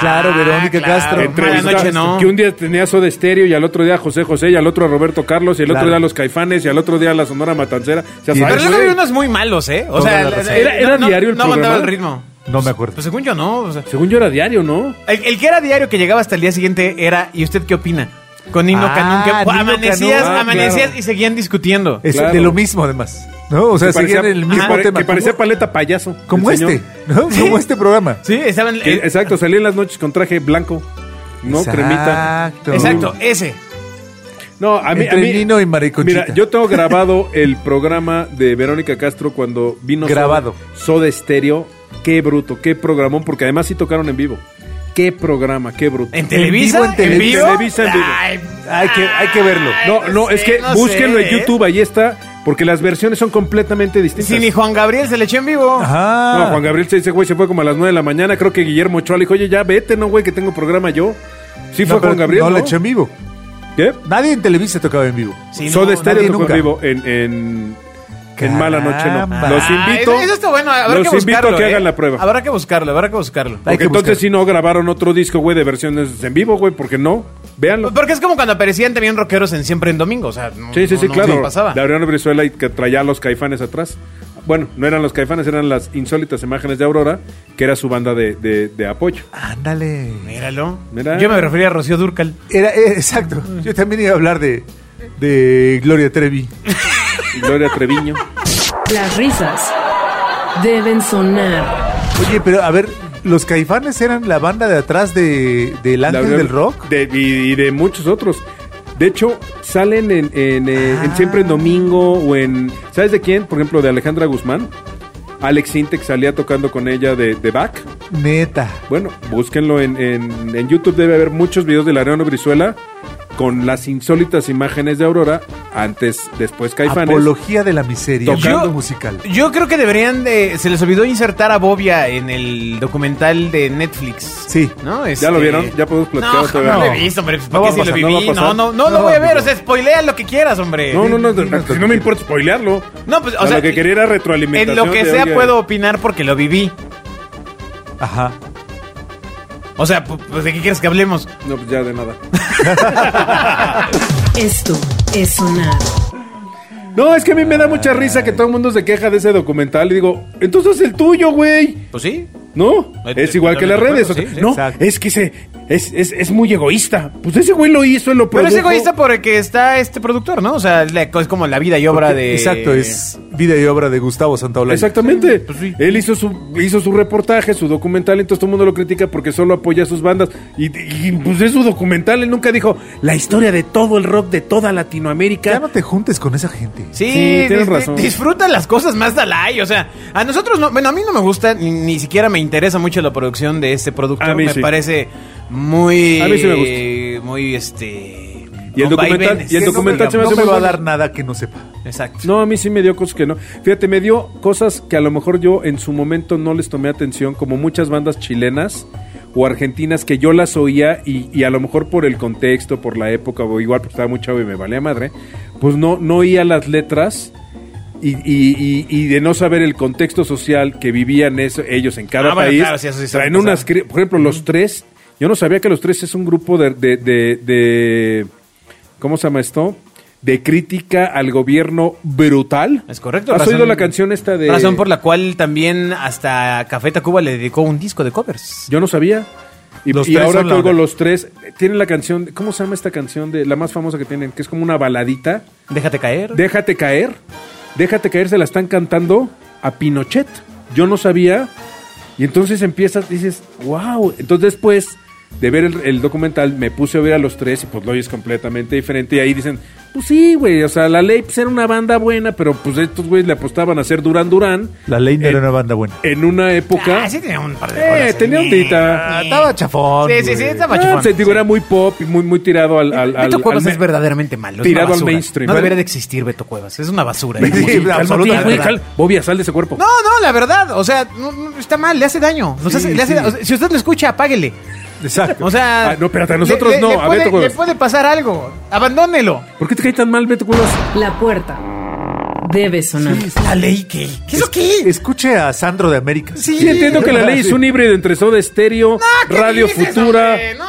[SPEAKER 3] Claro,
[SPEAKER 2] Ah,
[SPEAKER 3] Verónica Castro. Mala
[SPEAKER 2] Mala
[SPEAKER 4] Entrevista-
[SPEAKER 2] noche, no.
[SPEAKER 4] Que un día tenía Soda Estéreo y al otro día a José José y al otro a Roberto Carlos y al
[SPEAKER 3] Claro.
[SPEAKER 4] otro día a los Caifanes y al otro día a la Sonora Matancera. Ya
[SPEAKER 3] Sí,
[SPEAKER 2] Pero
[SPEAKER 4] sabes,
[SPEAKER 2] luego
[SPEAKER 4] güey.
[SPEAKER 2] había unos muy malos, ¿eh? O
[SPEAKER 3] Toda
[SPEAKER 2] sea,
[SPEAKER 3] la
[SPEAKER 2] la-
[SPEAKER 3] razón.
[SPEAKER 2] la-
[SPEAKER 4] ¿Era- era
[SPEAKER 2] no-
[SPEAKER 4] diario el
[SPEAKER 2] No aguantaba el
[SPEAKER 4] programa?
[SPEAKER 2] ritmo.
[SPEAKER 3] No me acuerdo.
[SPEAKER 2] Pues según yo, no. o sea,
[SPEAKER 4] Según yo era diario, ¿no?
[SPEAKER 2] el, el que era diario que llegaba hasta el día siguiente era, ¿y usted qué opina? Con Nino
[SPEAKER 3] Ah,
[SPEAKER 2] Canún. Que,
[SPEAKER 3] Nino
[SPEAKER 2] amanecías,
[SPEAKER 4] Canún. Ah,
[SPEAKER 2] amanecías
[SPEAKER 4] claro.
[SPEAKER 2] y seguían discutiendo.
[SPEAKER 3] Es
[SPEAKER 4] Claro.
[SPEAKER 3] de lo mismo, además. ¿No? O sea,
[SPEAKER 4] que parecía,
[SPEAKER 3] seguían el
[SPEAKER 4] que
[SPEAKER 3] mismo
[SPEAKER 4] pare-
[SPEAKER 3] tema.
[SPEAKER 4] que parecía
[SPEAKER 3] como,
[SPEAKER 4] paleta payaso.
[SPEAKER 3] como
[SPEAKER 4] el señor.
[SPEAKER 3] este, ¿no? Como este programa.
[SPEAKER 2] Sí, estaban...
[SPEAKER 4] Que-
[SPEAKER 2] eh,
[SPEAKER 4] exacto, salí en las noches con traje blanco. No,
[SPEAKER 3] Exacto.
[SPEAKER 4] cremita.
[SPEAKER 2] exacto, ese.
[SPEAKER 4] No, a mí.
[SPEAKER 3] Entre
[SPEAKER 4] a mí-
[SPEAKER 3] Nino y Mariconchita.
[SPEAKER 4] Mira, yo tengo grabado el programa de Verónica Castro cuando vino
[SPEAKER 3] Grabado.
[SPEAKER 4] Soda, Soda Stereo. Qué bruto, qué programón, porque además sí tocaron en vivo. Qué programa, qué bruto.
[SPEAKER 2] ¿En Televisa?
[SPEAKER 3] vivo, en tele-
[SPEAKER 2] vivo?
[SPEAKER 4] Televisa, en vivo.
[SPEAKER 2] Ay,
[SPEAKER 3] Hay que- hay que verlo.
[SPEAKER 2] ay,
[SPEAKER 4] no, no,
[SPEAKER 2] sé,
[SPEAKER 4] es que
[SPEAKER 2] no
[SPEAKER 4] búsquenlo
[SPEAKER 2] sé,
[SPEAKER 4] en
[SPEAKER 2] ¿eh?
[SPEAKER 4] YouTube, ahí está, porque las versiones son completamente distintas.
[SPEAKER 2] Sí, ni Juan Gabriel se le echó en vivo.
[SPEAKER 3] Ajá.
[SPEAKER 2] Ah.
[SPEAKER 4] No, Juan Gabriel se dice, güey, se fue como a las 9 de la mañana. Creo que Guillermo Ochoa le dijo, oye, ya vete, no, güey, que tengo programa yo. Sí
[SPEAKER 3] No, pero
[SPEAKER 4] fue Juan Gabriel.
[SPEAKER 3] No,
[SPEAKER 4] No,
[SPEAKER 3] la echó en vivo.
[SPEAKER 4] ¿Qué?
[SPEAKER 3] Nadie en Televisa tocaba en vivo.
[SPEAKER 2] Sí, no,
[SPEAKER 4] Soda
[SPEAKER 2] nadie
[SPEAKER 4] Stereo tocó
[SPEAKER 3] nunca.
[SPEAKER 4] en vivo en, en, En mala noche no.
[SPEAKER 3] Caramba.
[SPEAKER 4] Los invito.
[SPEAKER 2] Ah, eso- eso está bueno, habrá que
[SPEAKER 4] los invito
[SPEAKER 2] buscarlo.
[SPEAKER 4] a que
[SPEAKER 2] ¿eh?
[SPEAKER 4] hagan la prueba.
[SPEAKER 2] Habrá que buscarlo, habrá que buscarlo.
[SPEAKER 3] Hay
[SPEAKER 4] Porque
[SPEAKER 3] que
[SPEAKER 4] entonces
[SPEAKER 3] buscar.
[SPEAKER 4] si no grabaron otro disco, güey, de versiones en vivo, güey, porque no. Véanlo.
[SPEAKER 2] Porque es como cuando aparecían también rockeros en siempre en domingo, o sea, no,
[SPEAKER 4] Sí, sí,
[SPEAKER 2] no-
[SPEAKER 4] sí,
[SPEAKER 2] no-
[SPEAKER 4] claro.
[SPEAKER 2] no pasaba.
[SPEAKER 4] De Adriano Brizuela y que traía a los caifanes atrás. Bueno, no eran los caifanes, eran las insólitas imágenes de Aurora, que era su banda de, de- de apoyo.
[SPEAKER 3] Ándale.
[SPEAKER 2] Míralo.
[SPEAKER 4] Mira.
[SPEAKER 2] Yo me refería a Rocío Durcal.
[SPEAKER 3] Era, eh, exacto. Yo también iba a hablar de, de Gloria Trevi.
[SPEAKER 4] Gloria Treviño.
[SPEAKER 1] Las risas deben sonar.
[SPEAKER 3] Oye, pero a ver, los caifanes eran la banda de atrás de, del
[SPEAKER 4] La
[SPEAKER 3] Ángel
[SPEAKER 4] verdad,
[SPEAKER 3] del Rock.
[SPEAKER 4] de- y, y de muchos otros. De hecho, salen en, en, eh,
[SPEAKER 3] Ah.
[SPEAKER 4] en Siempre en Domingo o en... ¿Sabes de quién? Por ejemplo, de Alejandra Guzmán. Alex Sintek salía tocando con ella de, de back.
[SPEAKER 3] Neta.
[SPEAKER 4] Bueno, búsquenlo en, en- en YouTube. Debe haber muchos videos de Lareano Brizuela con las insólitas imágenes de Aurora. Antes, después Caifanes.
[SPEAKER 3] Apología de la miseria.
[SPEAKER 4] Tocando
[SPEAKER 3] Yo- musical.
[SPEAKER 2] Yo creo que deberían de. Se les olvidó insertar a Bobia en el documental de Netflix.
[SPEAKER 3] Sí.
[SPEAKER 2] ¿No? Este,
[SPEAKER 4] ¿Ya lo vieron? ¿Ya podemos platicar
[SPEAKER 2] No,
[SPEAKER 4] otra
[SPEAKER 2] no
[SPEAKER 4] vez?
[SPEAKER 2] lo he
[SPEAKER 3] No.
[SPEAKER 2] visto, hombre. pues,
[SPEAKER 4] No va
[SPEAKER 2] ¿Para qué
[SPEAKER 4] a
[SPEAKER 2] si lo
[SPEAKER 4] pasar, no va a
[SPEAKER 2] viví? No,
[SPEAKER 4] pasar.
[SPEAKER 2] no, no
[SPEAKER 3] No,
[SPEAKER 2] lo voy a ver.
[SPEAKER 3] no.
[SPEAKER 2] O sea, spoilea lo que quieras, hombre.
[SPEAKER 4] No, no, no,
[SPEAKER 3] Sí,
[SPEAKER 4] no,
[SPEAKER 3] sí, sí.
[SPEAKER 4] no me importa spoilearlo.
[SPEAKER 2] No, pues, o
[SPEAKER 4] O sea,
[SPEAKER 2] sea,
[SPEAKER 4] lo que quería era retroalimentación.
[SPEAKER 2] En lo que
[SPEAKER 4] de,
[SPEAKER 2] sea
[SPEAKER 4] oye,
[SPEAKER 2] puedo opinar porque lo viví.
[SPEAKER 3] Ajá.
[SPEAKER 2] O sea, pu- pues, ¿de qué quieres que hablemos?
[SPEAKER 4] No, pues ya de nada.
[SPEAKER 1] Esto es sonar.
[SPEAKER 4] No, es que a mí me da mucha risa que todo el mundo se queja de ese documental. Y digo, entonces el tuyo, güey.
[SPEAKER 2] Pues sí.
[SPEAKER 4] ¿No?
[SPEAKER 2] Eh,
[SPEAKER 4] Es
[SPEAKER 2] eh,
[SPEAKER 4] igual que las
[SPEAKER 2] totalmente
[SPEAKER 4] redes.
[SPEAKER 2] de
[SPEAKER 4] o sea,
[SPEAKER 2] acuerdo, sí, sí,
[SPEAKER 4] no,
[SPEAKER 3] exacto.
[SPEAKER 4] es que se, es, es, es muy egoísta. Pues ese güey lo hizo, él lo
[SPEAKER 2] Pero
[SPEAKER 4] produjo.
[SPEAKER 2] es egoísta porque está este productor, ¿no? O sea, la- es como la vida y obra de.
[SPEAKER 3] Exacto, es vida y obra de Gustavo Santaolalla.
[SPEAKER 4] Exactamente.
[SPEAKER 2] Pues sí.
[SPEAKER 4] Él hizo su, hizo su reportaje, su documental, entonces todo el mundo lo critica porque solo apoya a sus bandas. Y, y, pues es su documental, él nunca dijo la historia de todo el rock de toda Latinoamérica.
[SPEAKER 3] Ya no te juntes con esa gente.
[SPEAKER 2] Sí,
[SPEAKER 4] Sí,
[SPEAKER 2] dis-
[SPEAKER 4] tienes razón.
[SPEAKER 2] disfruta las cosas más Dalai. O sea, a nosotros no. Bueno, a mí no me gusta, ni, ni siquiera me interesa mucho la producción de este producto.
[SPEAKER 4] A mí
[SPEAKER 2] me
[SPEAKER 4] sí.
[SPEAKER 2] parece muy.
[SPEAKER 4] A mí sí me
[SPEAKER 2] Muy este.
[SPEAKER 4] Y el
[SPEAKER 2] con
[SPEAKER 4] documental-
[SPEAKER 2] vaivenes.
[SPEAKER 4] y el
[SPEAKER 3] Que no me-
[SPEAKER 4] documental se me
[SPEAKER 3] no
[SPEAKER 4] hace
[SPEAKER 3] me
[SPEAKER 4] muy
[SPEAKER 3] va a
[SPEAKER 4] bueno.
[SPEAKER 3] dar nada que no sepa.
[SPEAKER 2] Exacto.
[SPEAKER 4] No, a mí sí me dio cosas que no. Fíjate, me dio cosas que a lo mejor yo en su momento no les tomé atención, como muchas bandas chilenas o argentinas que yo las oía y, y a lo mejor por el contexto, por la época, o igual porque estaba muy chavo y me valía madre, pues no, no oía las letras. Y, y- y- y de no saber el contexto social que vivían eso- ellos en cada
[SPEAKER 2] Ah, bueno,
[SPEAKER 4] país,
[SPEAKER 2] claro, sí, eso sí se
[SPEAKER 4] traen
[SPEAKER 2] me pasaba.
[SPEAKER 4] unas, cri- por ejemplo, los tres, yo no sabía que los tres es un grupo de, de- de- de- ¿cómo se llama esto? De crítica al gobierno brutal.
[SPEAKER 2] Es correcto.
[SPEAKER 4] ¿Has
[SPEAKER 2] razón-
[SPEAKER 4] oído la canción esta de...
[SPEAKER 2] Razón por la cual también hasta Café Tacuba le dedicó un disco de covers.
[SPEAKER 4] Yo no sabía. Y,
[SPEAKER 3] Los
[SPEAKER 4] y
[SPEAKER 3] tres
[SPEAKER 4] ahora
[SPEAKER 3] son
[SPEAKER 4] que
[SPEAKER 3] la
[SPEAKER 4] oigo
[SPEAKER 3] hora.
[SPEAKER 4] los tres, eh, tienen la canción, ¿cómo se llama esta canción? de La más famosa que tienen, que es como una baladita.
[SPEAKER 2] Déjate caer.
[SPEAKER 4] Déjate caer. Déjate caer, se la están cantando a Pinochet. Yo no sabía. Y entonces empiezas, dices, wow. Entonces después de ver el, el documental me puse a ver a los tres y pues lo oyes completamente diferente. Y ahí dicen, pues sí, güey, o sea, la ley pues, era una banda buena, pero pues estos güeyes le apostaban a ser Durán Durán
[SPEAKER 3] La ley no
[SPEAKER 4] Eh,
[SPEAKER 3] era una banda buena.
[SPEAKER 4] en una época.
[SPEAKER 2] Ah, sí tenía un par de
[SPEAKER 4] Eh,
[SPEAKER 2] rolas ahí.
[SPEAKER 4] tenía un tita.
[SPEAKER 3] Ah, estaba chafón.
[SPEAKER 2] Sí, sí, sí,
[SPEAKER 3] güey.
[SPEAKER 2] estaba
[SPEAKER 4] Ah,
[SPEAKER 2] chafón,
[SPEAKER 4] se- digo,
[SPEAKER 2] sí.
[SPEAKER 4] era muy pop y muy, muy tirado al... al, al-
[SPEAKER 2] Beto Cuevas
[SPEAKER 4] al-
[SPEAKER 2] es verdaderamente malo. es
[SPEAKER 4] tirado
[SPEAKER 2] una
[SPEAKER 4] al
[SPEAKER 2] basura.
[SPEAKER 4] mainstream.
[SPEAKER 2] No debería de existir Beto Cuevas. Es una basura. ¿eh?
[SPEAKER 3] Sí,
[SPEAKER 2] Es una-
[SPEAKER 4] Absolutamente.
[SPEAKER 3] absolutamente.
[SPEAKER 4] Güey, cal- Bobia, sal de ese cuerpo.
[SPEAKER 2] No, no, la verdad. O sea, no- no, está mal, le hace daño. Nos hace- le hace- o sea, si usted lo escucha, apáguele.
[SPEAKER 3] Exacto.
[SPEAKER 2] O sea.
[SPEAKER 4] Ah, no, espérate, a nosotros no, a
[SPEAKER 2] puede,
[SPEAKER 4] Beto Cuevas.
[SPEAKER 2] le puede pasar algo. Abandónelo.
[SPEAKER 4] ¿Por qué te cae tan mal Beto Cuevas?
[SPEAKER 1] La puerta debe sonar.
[SPEAKER 2] La ley que. ¿Qué es lo que?
[SPEAKER 3] Escuche a Sandro de América.
[SPEAKER 2] Sí.
[SPEAKER 4] Sí, entiendo que la ley es un híbrido entre Soda Estéreo,
[SPEAKER 2] Ah, ¿qué
[SPEAKER 4] Radio
[SPEAKER 2] dices,
[SPEAKER 4] Futura.
[SPEAKER 2] hombre? No.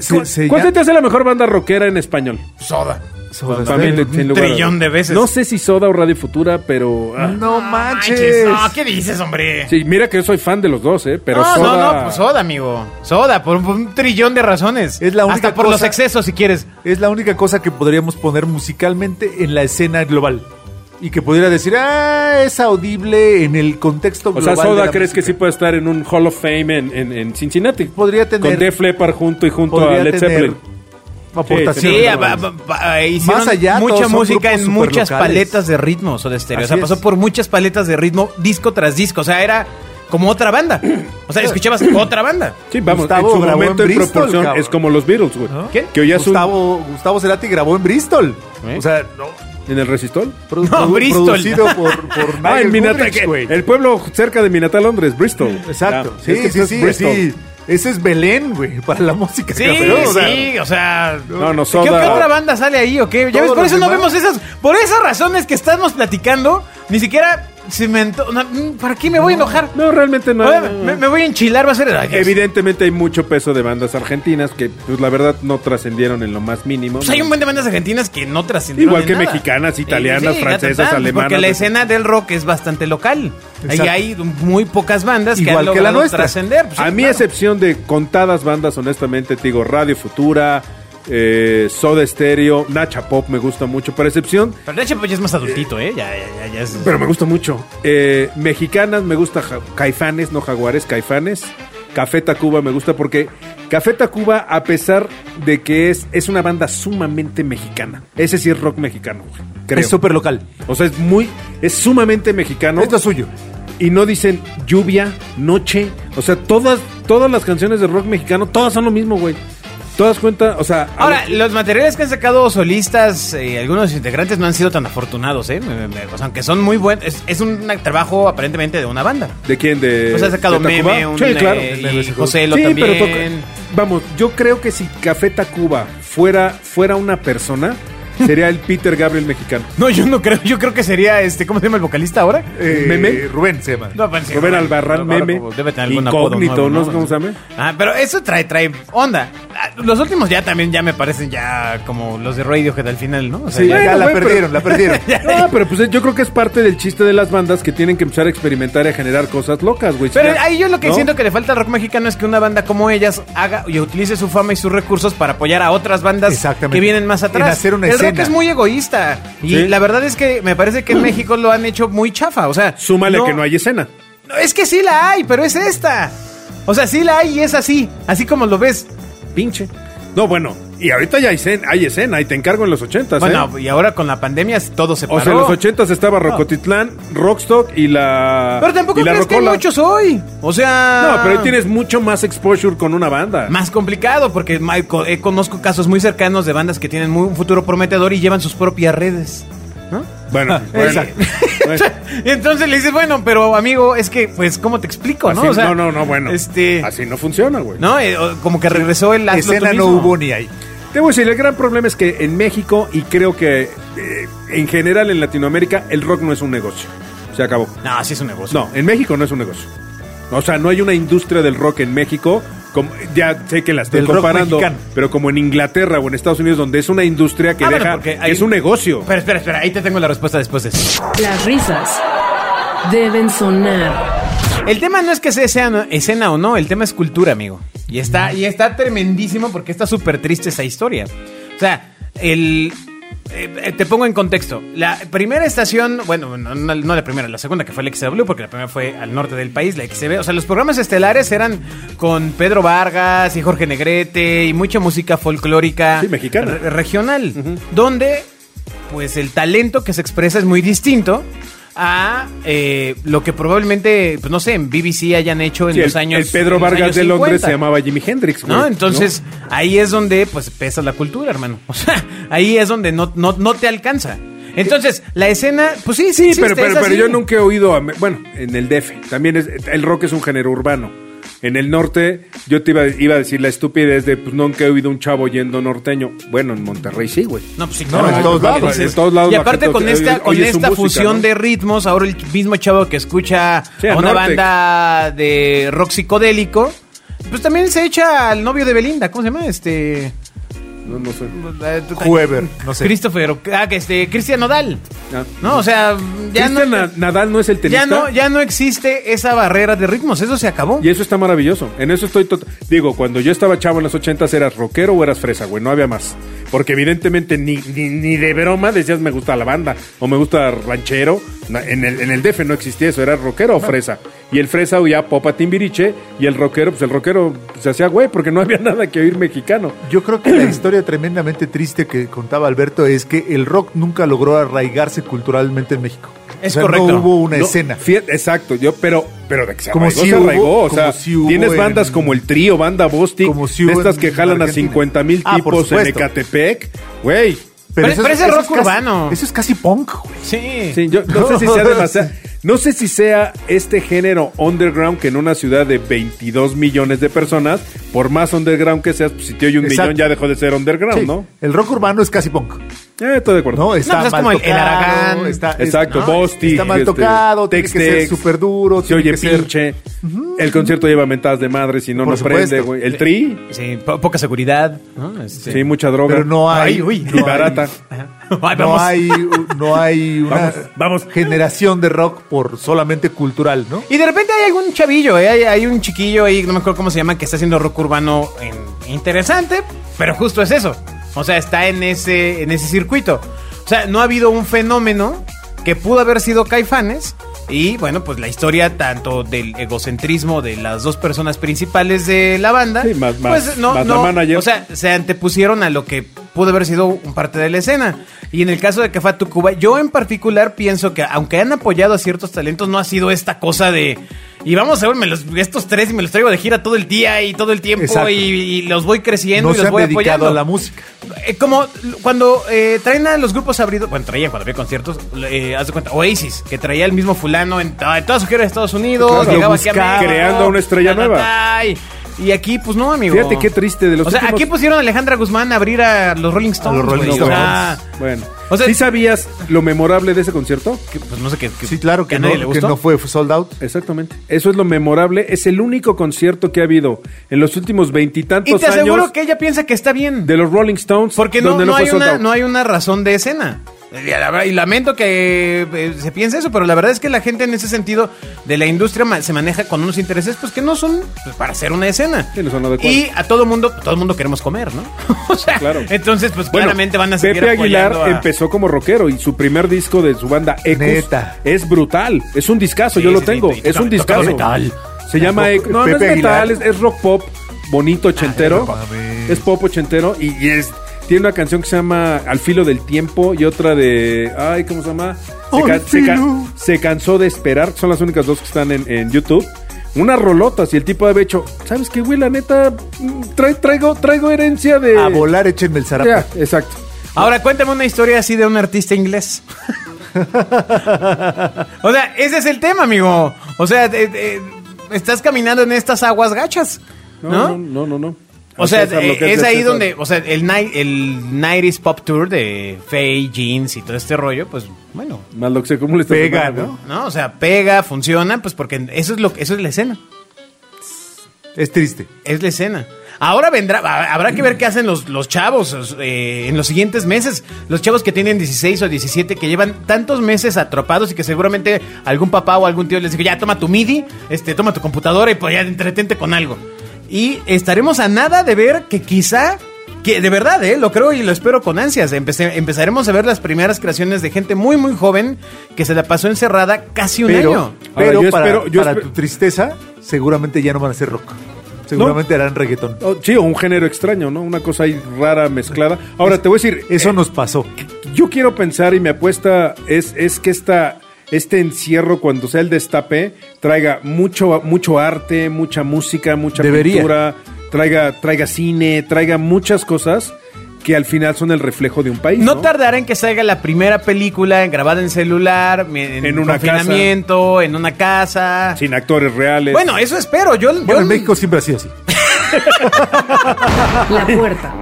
[SPEAKER 3] Se- se
[SPEAKER 4] ¿Cuál se
[SPEAKER 3] ya-
[SPEAKER 4] te hace la mejor banda rockera en español?
[SPEAKER 2] Soda.
[SPEAKER 3] Pues Soda
[SPEAKER 4] Para mí,
[SPEAKER 3] Stereo.
[SPEAKER 4] sin lugar a-
[SPEAKER 2] trillón de veces.
[SPEAKER 4] No sé si Soda o Radio Futura, pero. ah.
[SPEAKER 3] No manches.
[SPEAKER 2] Manches. No, ¿qué dices, hombre?
[SPEAKER 4] Sí, mira que yo soy fan de los dos, ¿eh? Pero
[SPEAKER 2] no,
[SPEAKER 4] Soda.
[SPEAKER 2] no, no, pues soda, amigo. Soda, por un, por un trillón de razones.
[SPEAKER 3] Es la única
[SPEAKER 2] Hasta por los
[SPEAKER 3] cosa-
[SPEAKER 2] excesos, si quieres.
[SPEAKER 3] Es la única cosa que podríamos poner musicalmente en la escena global. Y que pudiera decir, ah, es audible en el contexto
[SPEAKER 4] o
[SPEAKER 3] global.
[SPEAKER 4] sea,
[SPEAKER 3] de
[SPEAKER 4] Soda
[SPEAKER 3] la
[SPEAKER 4] crees que sí
[SPEAKER 3] música.
[SPEAKER 4] puede estar en un Hall of Fame en, en- en Cincinnati.
[SPEAKER 3] Podría tener-
[SPEAKER 4] Con Def Leppard junto y junto a
[SPEAKER 3] podría
[SPEAKER 4] Led
[SPEAKER 3] tener
[SPEAKER 4] Zeppelin.
[SPEAKER 3] Aportación.
[SPEAKER 2] Sí, ah,
[SPEAKER 4] Sí,
[SPEAKER 2] a- a- a- a- eh, hicieron
[SPEAKER 3] Más allá,
[SPEAKER 2] mucha
[SPEAKER 3] todos son
[SPEAKER 2] música en
[SPEAKER 3] grupos
[SPEAKER 2] muchas
[SPEAKER 3] superlocales.
[SPEAKER 2] paletas de ritmo Soda Stereo. o
[SPEAKER 3] Así
[SPEAKER 2] sea, pasó
[SPEAKER 3] es.
[SPEAKER 2] por muchas paletas de ritmo, disco tras disco. O sea, era como otra banda. O sea, escuchabas otra banda.
[SPEAKER 4] Sí, vamos,
[SPEAKER 3] Gustavo
[SPEAKER 4] en su
[SPEAKER 3] grabó en
[SPEAKER 4] momento en,
[SPEAKER 3] Bristol,
[SPEAKER 4] proporción
[SPEAKER 3] cabrón.
[SPEAKER 4] es como los Beatles, güey.
[SPEAKER 3] ¿No?
[SPEAKER 4] ah, Que hoy es un-
[SPEAKER 3] Gustavo, Gustavo Cerati grabó en Bristol.
[SPEAKER 4] ¿Eh?
[SPEAKER 3] O sea, no.
[SPEAKER 4] ¿En el Resistol?
[SPEAKER 3] Pro-
[SPEAKER 2] No,
[SPEAKER 3] produ-
[SPEAKER 2] Bristol.
[SPEAKER 3] Producido por, por
[SPEAKER 4] Ah,
[SPEAKER 3] Nigel
[SPEAKER 4] en Minata-
[SPEAKER 3] Goodrich,
[SPEAKER 4] que-
[SPEAKER 3] güey.
[SPEAKER 4] el pueblo cerca de Minatá, Londres, Bristol.
[SPEAKER 3] Exacto.
[SPEAKER 4] Ya,
[SPEAKER 3] sí,
[SPEAKER 4] es que esto
[SPEAKER 3] sí,
[SPEAKER 4] es
[SPEAKER 3] sí,
[SPEAKER 4] Bristol.
[SPEAKER 3] sí. Ese es Belén, güey, para la música.
[SPEAKER 2] Sí,
[SPEAKER 3] cabrón, o sea,
[SPEAKER 2] sí, o sea.
[SPEAKER 4] No, no,
[SPEAKER 2] ¿qué-
[SPEAKER 4] Soda.
[SPEAKER 2] ¿Qué, otra banda sale ahí o qué?
[SPEAKER 3] Todos
[SPEAKER 2] Ya ves, por
[SPEAKER 3] los
[SPEAKER 2] eso no
[SPEAKER 3] demás.
[SPEAKER 2] vemos esas. Por esas razones que estamos platicando, Ni siquiera cemento. no, mm, ¿Para qué me voy a enojar?
[SPEAKER 4] No, realmente no.
[SPEAKER 2] Oye, me, me voy a enchilar, va a ser. Ay, Dios.
[SPEAKER 4] Evidentemente hay mucho peso de bandas argentinas que, pues la verdad, no trascendieron en lo más mínimo.
[SPEAKER 2] Pues hay un buen de bandas argentinas que no trascendieron.
[SPEAKER 4] Igual
[SPEAKER 2] en
[SPEAKER 4] que
[SPEAKER 2] nada.
[SPEAKER 4] mexicanas,
[SPEAKER 2] Sí,
[SPEAKER 4] italianas,
[SPEAKER 2] sí,
[SPEAKER 4] francesas,
[SPEAKER 2] tanto,
[SPEAKER 4] alemanas.
[SPEAKER 2] Porque la escena del rock es bastante local. Ahí
[SPEAKER 3] Exacto.
[SPEAKER 2] hay muy pocas bandas que
[SPEAKER 3] Igual
[SPEAKER 2] han
[SPEAKER 3] que la
[SPEAKER 2] logrado
[SPEAKER 3] nuestra.
[SPEAKER 2] trascender. Pues sí,
[SPEAKER 4] a mi
[SPEAKER 2] claro.
[SPEAKER 4] excepción de contadas bandas, honestamente, te digo, Radio Futura, eh, Soda Stereo, Nacha Pop me gusta mucho, pero excepción,
[SPEAKER 2] Pero de hecho, pues ya es más adultito, ¿eh? Ya, ya, ya, ya es.
[SPEAKER 4] pero me gusta mucho. Eh, mexicanas me gusta Ja- Caifanes, no Jaguares, Caifanes. Café Tacuba me gusta porque Café Tacuba, a pesar de que es, es una banda sumamente mexicana, ese sí es rock mexicano, güey, creo.
[SPEAKER 3] Es súper local.
[SPEAKER 4] o sea, es muy, es sumamente mexicano.
[SPEAKER 3] Es lo suyo.
[SPEAKER 4] y no dicen lluvia, noche. O sea, todas, todas las canciones de rock mexicano, todas son lo mismo, güey. Todas cuentan, o sea, a
[SPEAKER 2] Ahora,
[SPEAKER 4] ver,
[SPEAKER 2] los materiales que han sacado solistas eh, algunos integrantes no han sido tan afortunados, ¿eh? Me- me- me- o sea, aunque son muy buenos. Es, es un trabajo aparentemente de una banda.
[SPEAKER 4] ¿de quién? De,
[SPEAKER 2] Pues ha sacado
[SPEAKER 4] de Tacuba?
[SPEAKER 2] Meme, un,
[SPEAKER 4] sí, claro.
[SPEAKER 2] eh, y José Lo
[SPEAKER 4] Sí,
[SPEAKER 2] también.
[SPEAKER 4] pero toca- vamos, yo creo que si Café Tacuba fuera, fuera una persona, sería el Peter Gabriel mexicano.
[SPEAKER 2] No, yo no creo. Yo creo que sería, este, ¿cómo se llama el vocalista ahora?
[SPEAKER 4] ¿Meme?
[SPEAKER 3] Eh, Rubén se llama.
[SPEAKER 2] No, pues, sí,
[SPEAKER 4] Rubén
[SPEAKER 2] no,
[SPEAKER 4] Albarrán,
[SPEAKER 2] no,
[SPEAKER 4] meme.
[SPEAKER 2] Debe tener algún apodo
[SPEAKER 4] Incógnito,
[SPEAKER 2] nuevo,
[SPEAKER 4] ¿no? ¿Cómo se llama?
[SPEAKER 2] Ah, pero eso trae, trae onda. Ah, Los últimos ya también ya me parecen ya como los de Radiohead al final, ¿no? O sea,
[SPEAKER 4] Sí,
[SPEAKER 2] ya-
[SPEAKER 4] bueno,
[SPEAKER 3] ya la
[SPEAKER 4] güey, pero-
[SPEAKER 3] perdieron, la perdieron.
[SPEAKER 4] No, pero pues yo creo que es parte del chiste de las bandas que tienen que empezar a experimentar y a generar cosas locas, güey. Si
[SPEAKER 2] Pero
[SPEAKER 4] ya-
[SPEAKER 2] ahí yo lo que
[SPEAKER 4] ¿no?
[SPEAKER 2] siento que le falta al rock mexicano es que una banda como ellas haga y utilice su fama y sus recursos para apoyar a otras bandas
[SPEAKER 3] Exactamente.
[SPEAKER 2] que vienen más atrás.
[SPEAKER 3] En hacer una
[SPEAKER 2] el rock
[SPEAKER 3] escena.
[SPEAKER 2] es muy egoísta y
[SPEAKER 4] Sí. Mm.
[SPEAKER 2] la verdad es que me parece que en México lo han hecho muy chafa, o sea,
[SPEAKER 4] Súmale que no hay escena.
[SPEAKER 2] No, es que sí la hay, pero es esta. O sea, sí la hay y es así, así como lo ves.
[SPEAKER 4] Pinche. No, bueno, y ahorita ya hay escena, hay escena y te encargo en los ochentas,
[SPEAKER 2] Bueno,
[SPEAKER 4] ¿eh?
[SPEAKER 2] y ahora con la pandemia todo se paró.
[SPEAKER 4] O sea, en los ochentas estaba Rocotitlán, Rockstock y la.
[SPEAKER 2] Pero tampoco
[SPEAKER 4] y la
[SPEAKER 2] crees que hay
[SPEAKER 4] Rocola.
[SPEAKER 2] muchos hoy. O sea.
[SPEAKER 4] No, pero ahí tienes mucho más exposure con una banda.
[SPEAKER 2] Más complicado, porque ma- co- eh, conozco casos muy cercanos de bandas que tienen muy- un futuro prometedor y llevan sus propias redes.
[SPEAKER 4] Bueno, bueno.
[SPEAKER 2] Exacto. Y entonces le dices, bueno, pero amigo, es que, pues, ¿cómo te explico,
[SPEAKER 4] Así-
[SPEAKER 2] no? O sea,
[SPEAKER 4] no, no, no, bueno.
[SPEAKER 2] Este.
[SPEAKER 4] Así no funciona, güey.
[SPEAKER 2] ¿No? Eh, o- como que regresó el hazlo tú
[SPEAKER 3] Escena no
[SPEAKER 2] mismo.
[SPEAKER 3] hubo ni ahí.
[SPEAKER 4] Debo decir, el gran problema es que en México y creo que eh, en general en Latinoamérica el rock no es un negocio. Se acabó.
[SPEAKER 2] No, así es un negocio.
[SPEAKER 4] No, en México no es un negocio. O sea, no hay una industria del rock en México. Como, ya sé que la estoy
[SPEAKER 3] Del rock
[SPEAKER 4] comparando,
[SPEAKER 3] mexicano.
[SPEAKER 4] pero como en Inglaterra o en Estados Unidos, donde es una industria que
[SPEAKER 2] Ah, bueno,
[SPEAKER 4] deja.
[SPEAKER 2] porque hay-
[SPEAKER 4] Es un negocio.
[SPEAKER 2] Pero espera, espera, ahí te tengo la respuesta después de eso.
[SPEAKER 1] Las risas deben sonar.
[SPEAKER 2] El tema no es que sea escena, escena o no, el tema es cultura, amigo. Y está, y está tremendísimo porque está súper triste esa historia. O sea, el. eh, eh, te pongo en contexto. La primera estación, bueno, no, no- no la primera, la segunda que fue la XW, porque la primera fue al norte del país, la XB. O sea, los programas estelares eran con Pedro Vargas y Jorge Negrete y mucha música folclórica.
[SPEAKER 4] Sí, mexicana.
[SPEAKER 2] re- regional, donde pues el talento que se expresa es muy distinto a eh, lo que probablemente, pues no sé, en BBC hayan hecho en
[SPEAKER 4] Sí, el,
[SPEAKER 2] los años.
[SPEAKER 4] el Pedro
[SPEAKER 2] en los
[SPEAKER 4] Vargas
[SPEAKER 2] años
[SPEAKER 4] de Londres
[SPEAKER 2] 50,
[SPEAKER 4] se llamaba Jimi Hendrix, güey,
[SPEAKER 2] ¿No? Entonces, ahí es donde pues pesa la cultura, hermano. O sea, ahí es donde no, no, no te alcanza. Entonces, la escena, pues sí, sí,
[SPEAKER 4] Sí,
[SPEAKER 2] existe,
[SPEAKER 4] pero, pero,
[SPEAKER 2] es
[SPEAKER 4] pero
[SPEAKER 2] así.
[SPEAKER 4] yo nunca he oído. a me- bueno, en el DF. También es, el rock es un género urbano. En el norte, yo te iba, iba a decir la estupidez de pues nunca he oído un chavo yendo norteño. Bueno, en Monterrey sí, güey.
[SPEAKER 2] No, pues sí,
[SPEAKER 3] No,
[SPEAKER 2] claro,
[SPEAKER 3] en
[SPEAKER 2] hay
[SPEAKER 3] todos lados,
[SPEAKER 2] varios.
[SPEAKER 4] en todos lados
[SPEAKER 2] Y
[SPEAKER 4] la
[SPEAKER 2] aparte
[SPEAKER 4] gente
[SPEAKER 2] con
[SPEAKER 4] oye-
[SPEAKER 2] esta, con
[SPEAKER 4] oye su
[SPEAKER 2] esta
[SPEAKER 4] música,
[SPEAKER 2] fusión
[SPEAKER 4] ¿no?
[SPEAKER 2] de ritmos, ahora el mismo chavo que escucha
[SPEAKER 4] Sí,
[SPEAKER 2] a
[SPEAKER 4] a
[SPEAKER 2] una
[SPEAKER 4] Nortec.
[SPEAKER 2] banda de rock psicodélico, pues también se echa al novio de Belinda, ¿cómo se llama? Este...
[SPEAKER 4] No, no sé.
[SPEAKER 2] eh, tú-
[SPEAKER 3] Whoever, no sé.
[SPEAKER 2] Christopher, o- ah, que este, Cristian Nodal.
[SPEAKER 4] Ah.
[SPEAKER 2] No, o sea, ya no,
[SPEAKER 4] Cristian Na- Nadal no es el tenista.
[SPEAKER 2] ya no, ya no existe esa barrera de ritmos, eso se acabó.
[SPEAKER 4] Y eso está maravilloso. En eso estoy tot- Digo, cuando yo estaba chavo en los ochentas, ¿eras rockero o eras fresa, güey? No había más. Porque evidentemente ni, ni, ni de broma decías me gusta la banda o me gusta ranchero. Na- En el, en el DF no existía eso, era rockero o fresa. Y el fresa oía popa timbiriche y el rockero, pues el rockero pues, se hacía güey porque no había nada que oír mexicano.
[SPEAKER 3] Yo creo que la historia tremendamente triste que contaba Alberto es que el rock nunca logró arraigarse culturalmente en México.
[SPEAKER 2] Es
[SPEAKER 3] no
[SPEAKER 2] correcto.
[SPEAKER 3] hubo una
[SPEAKER 4] No,
[SPEAKER 3] escena.
[SPEAKER 4] fie- exacto, yo, pero, pero de que se
[SPEAKER 3] Como
[SPEAKER 4] arraigó,
[SPEAKER 3] si
[SPEAKER 4] se
[SPEAKER 3] hubo-
[SPEAKER 4] arraigó. O
[SPEAKER 3] como
[SPEAKER 4] sea,
[SPEAKER 3] si hubo
[SPEAKER 4] tienes
[SPEAKER 3] en-
[SPEAKER 4] bandas como el trío, banda Bostic,
[SPEAKER 3] Como si
[SPEAKER 4] de
[SPEAKER 3] hubo
[SPEAKER 4] estas
[SPEAKER 3] en
[SPEAKER 4] que jalan a
[SPEAKER 3] Argentina.
[SPEAKER 4] 50 mil
[SPEAKER 3] Ah, por
[SPEAKER 4] tipos en
[SPEAKER 3] supuesto.
[SPEAKER 4] Ecatepec. Güey,
[SPEAKER 2] Pero- pero es rock
[SPEAKER 3] casi-
[SPEAKER 2] urbano.
[SPEAKER 3] eso es casi punk, güey.
[SPEAKER 2] Sí.
[SPEAKER 4] Sí, yo no sé si sea demasiado. No sé si sea este género underground que en una ciudad de 22 millones de personas, por más underground que seas, pues si te oye un
[SPEAKER 3] Exacto.
[SPEAKER 4] millón ya dejó de ser underground,
[SPEAKER 3] Sí,
[SPEAKER 4] ¿no?
[SPEAKER 3] El rock urbano es casi punk.
[SPEAKER 4] Eh, estoy de acuerdo.
[SPEAKER 3] No, está
[SPEAKER 2] pues es
[SPEAKER 3] mal
[SPEAKER 2] como el- el
[SPEAKER 3] tocado,
[SPEAKER 2] Aragán.
[SPEAKER 3] está,
[SPEAKER 4] Exacto,
[SPEAKER 3] no,
[SPEAKER 4] Bosti.
[SPEAKER 3] Está mal
[SPEAKER 4] este,
[SPEAKER 3] tocado, tiene que
[SPEAKER 4] Tex-Tex,
[SPEAKER 3] ser súper duro.
[SPEAKER 4] Se
[SPEAKER 3] tiene
[SPEAKER 4] oye
[SPEAKER 3] que ser-
[SPEAKER 4] pinche. El concierto lleva mentadas de madre, si no,
[SPEAKER 3] Por
[SPEAKER 4] no prende,
[SPEAKER 3] supuesto.
[SPEAKER 4] güey. El tri,
[SPEAKER 2] Sí, po- poca seguridad. ¿no? Este-
[SPEAKER 4] sí, mucha droga.
[SPEAKER 3] Pero no hay.
[SPEAKER 2] Ay, uy.
[SPEAKER 3] no
[SPEAKER 4] y
[SPEAKER 3] hay-
[SPEAKER 4] barata.
[SPEAKER 2] Ay,
[SPEAKER 3] No
[SPEAKER 2] vamos.
[SPEAKER 3] hay, no hay una
[SPEAKER 5] Vamos, vamos.
[SPEAKER 3] generación de rock por solamente cultural, ¿no?
[SPEAKER 2] Y de repente hay algún chavillo, ¿eh? hay, hay un chiquillo ahí, no me acuerdo cómo se llama, que está haciendo rock urbano en- interesante, pero justo es eso. O sea, está en ese, en ese circuito. O sea, no ha habido un fenómeno que pudo haber sido Caifanes. Y bueno, pues la historia tanto del egocentrismo de las dos personas principales de la banda,
[SPEAKER 4] Sí, más- más-
[SPEAKER 2] pues no,
[SPEAKER 4] más la
[SPEAKER 2] no,
[SPEAKER 4] manager.
[SPEAKER 2] o sea, se antepusieron a lo que pudo haber sido un parte de la escena. Y en el caso de Cafá Tucuba, yo en particular pienso que aunque han apoyado a ciertos talentos, no ha sido esta cosa de... Y vamos a ver, me los- estos tres y me los traigo de gira todo el día y todo el tiempo
[SPEAKER 3] Exacto.
[SPEAKER 2] y, y los voy creciendo
[SPEAKER 3] No
[SPEAKER 2] y
[SPEAKER 3] se
[SPEAKER 2] los
[SPEAKER 3] han
[SPEAKER 2] voy
[SPEAKER 3] dedicado
[SPEAKER 2] apoyando.
[SPEAKER 3] a la música.
[SPEAKER 2] Eh, como l- cuando eh, traen a los grupos abridos, bueno, traían cuando había conciertos, eh, haz de cuenta, Oasis, que traía el mismo fulano en, to- en todas sus giras de Estados Unidos,
[SPEAKER 4] Claro, lo
[SPEAKER 2] llegaba aquí
[SPEAKER 4] buscaba,
[SPEAKER 2] a México,
[SPEAKER 4] creando una estrella
[SPEAKER 2] ta, ta,
[SPEAKER 4] nueva.
[SPEAKER 2] ta, y, y aquí, pues no, amigo.
[SPEAKER 4] Fíjate qué triste de los
[SPEAKER 2] O sea,
[SPEAKER 4] últimos-
[SPEAKER 2] aquí pusieron a Alejandra Guzmán a abrir a los Rolling Stones.
[SPEAKER 3] Rolling
[SPEAKER 2] güey, o sea,
[SPEAKER 4] Bueno.
[SPEAKER 2] Ah. O sea-
[SPEAKER 4] ¿Sí sabías lo memorable de ese concierto?
[SPEAKER 2] que, pues no sé qué.
[SPEAKER 3] Sí, claro que,
[SPEAKER 2] a
[SPEAKER 3] no,
[SPEAKER 2] nadie le
[SPEAKER 3] que
[SPEAKER 2] gustó.
[SPEAKER 3] no fue sold out.
[SPEAKER 4] Exactamente. Eso es lo memorable. Es el único concierto que ha habido en los últimos veintitantos
[SPEAKER 2] Y
[SPEAKER 4] años.
[SPEAKER 2] te aseguro que ella piensa que está bien.
[SPEAKER 4] de los Rolling Stones.
[SPEAKER 2] Porque no,
[SPEAKER 4] donde
[SPEAKER 2] no,
[SPEAKER 4] fue
[SPEAKER 2] hay
[SPEAKER 4] sold
[SPEAKER 2] una,
[SPEAKER 4] out.
[SPEAKER 2] no hay una razón de escena. Y la verdad- Y lamento que eh, se piense eso, pero la verdad es que la gente en ese sentido de la industria ma- se maneja con unos intereses pues que no son pues, para hacer una escena.
[SPEAKER 4] Sí, no son adecuados.
[SPEAKER 2] y a todo mundo, todo mundo queremos comer, ¿no? o sea,
[SPEAKER 4] Claro.
[SPEAKER 2] entonces pues
[SPEAKER 4] Bueno,
[SPEAKER 2] claramente van a seguir
[SPEAKER 4] Pepe Aguilar
[SPEAKER 2] apoyando a-
[SPEAKER 4] empezó como rockero y su primer disco de su banda Ecos
[SPEAKER 3] Neta.
[SPEAKER 4] es brutal. Es un discazo,
[SPEAKER 2] Sí,
[SPEAKER 4] yo lo
[SPEAKER 2] sí, sí,
[SPEAKER 4] tengo.
[SPEAKER 2] y
[SPEAKER 4] es
[SPEAKER 2] toca-
[SPEAKER 4] un
[SPEAKER 2] toca
[SPEAKER 4] discazo.
[SPEAKER 2] metal.
[SPEAKER 4] Se llama
[SPEAKER 3] Es rock-
[SPEAKER 4] Ecos. No, no
[SPEAKER 3] Pepe
[SPEAKER 4] es metal,
[SPEAKER 3] Aguilar.
[SPEAKER 4] es, es rock pop bonito ochentero.
[SPEAKER 3] Ah, no mames.
[SPEAKER 4] es pop ochentero y y es tiene una canción que se llama Al filo del tiempo y otra de ay, ¿cómo se llama? Se,
[SPEAKER 3] Al
[SPEAKER 4] ca- se ca-
[SPEAKER 3] filo.
[SPEAKER 4] se cansó de esperar, son las únicas dos que están en, en YouTube. Unas rolotas y el tipo había hecho, ¿sabes qué, güey? La neta, mm, tra- traigo, traigo herencia de...
[SPEAKER 3] A volar, échenme el zarape.
[SPEAKER 4] Eh, Ya, exacto.
[SPEAKER 2] Ahora cuéntame una historia así de un artista inglés. o sea, ese es el tema, amigo. O sea, te- te- estás caminando en estas aguas gachas,
[SPEAKER 4] No,
[SPEAKER 2] ¿no?
[SPEAKER 4] no, no, no. no.
[SPEAKER 2] O sea,
[SPEAKER 4] César,
[SPEAKER 2] eh,
[SPEAKER 4] lo
[SPEAKER 2] es,
[SPEAKER 4] que de
[SPEAKER 2] ahí
[SPEAKER 4] César.
[SPEAKER 2] donde, o sea, el, ni- el 90s Pop Tour de Faye, Jeans y todo este rollo, pues bueno,
[SPEAKER 4] Más lo que se acumula esta
[SPEAKER 3] Pega,
[SPEAKER 4] semana,
[SPEAKER 3] ¿no?
[SPEAKER 4] güey.
[SPEAKER 2] ¿no? O sea, pega, funciona, pues porque eso es lo eso es la escena,
[SPEAKER 3] Es triste.
[SPEAKER 2] es la escena. Ahora vendrá, ha- habrá que ver qué hacen los, los chavos os- eh, en los siguientes meses. Los chavos que tienen 16 o 17, que llevan tantos meses atropados y que seguramente algún papá o algún tío les dijo, ya toma tu MIDI, este, toma tu computadora y pues ya entretente con algo. Y estaremos a nada de ver que quizá Que de verdad, ¿eh? lo creo y lo espero con ansias. Empecé- empezaremos a ver las primeras creaciones de gente muy, muy joven que se la pasó encerrada casi un
[SPEAKER 3] Pero,
[SPEAKER 2] año.
[SPEAKER 4] Ahora,
[SPEAKER 3] pero
[SPEAKER 4] yo
[SPEAKER 3] para,
[SPEAKER 4] espero- yo
[SPEAKER 3] para
[SPEAKER 4] espe-
[SPEAKER 3] tu tristeza, seguramente ya no van a hacer rock. Seguramente harán reggaetón.
[SPEAKER 4] Oh, sí, o un género extraño, ¿no? Una cosa ahí rara, mezclada. Ahora, te voy a decir...
[SPEAKER 3] Eso
[SPEAKER 4] eh,
[SPEAKER 3] nos pasó.
[SPEAKER 4] Yo quiero pensar y mi apuesta es, es que esta, este encierro, cuando sea el destape, traiga mucho, mucho arte, mucha música, mucha
[SPEAKER 3] Debería.
[SPEAKER 4] pintura, traiga, traiga cine, traiga muchas cosas que al final son el reflejo de un país.
[SPEAKER 2] No
[SPEAKER 4] No,
[SPEAKER 2] tardará en que salga la primera película grabada en celular, en,
[SPEAKER 4] En
[SPEAKER 2] en
[SPEAKER 4] una
[SPEAKER 2] confinamiento, en una casa.
[SPEAKER 4] Sin actores reales.
[SPEAKER 2] Bueno, eso espero. Yo, yo-
[SPEAKER 3] Bueno, en México siempre ha sido así.
[SPEAKER 1] La puerta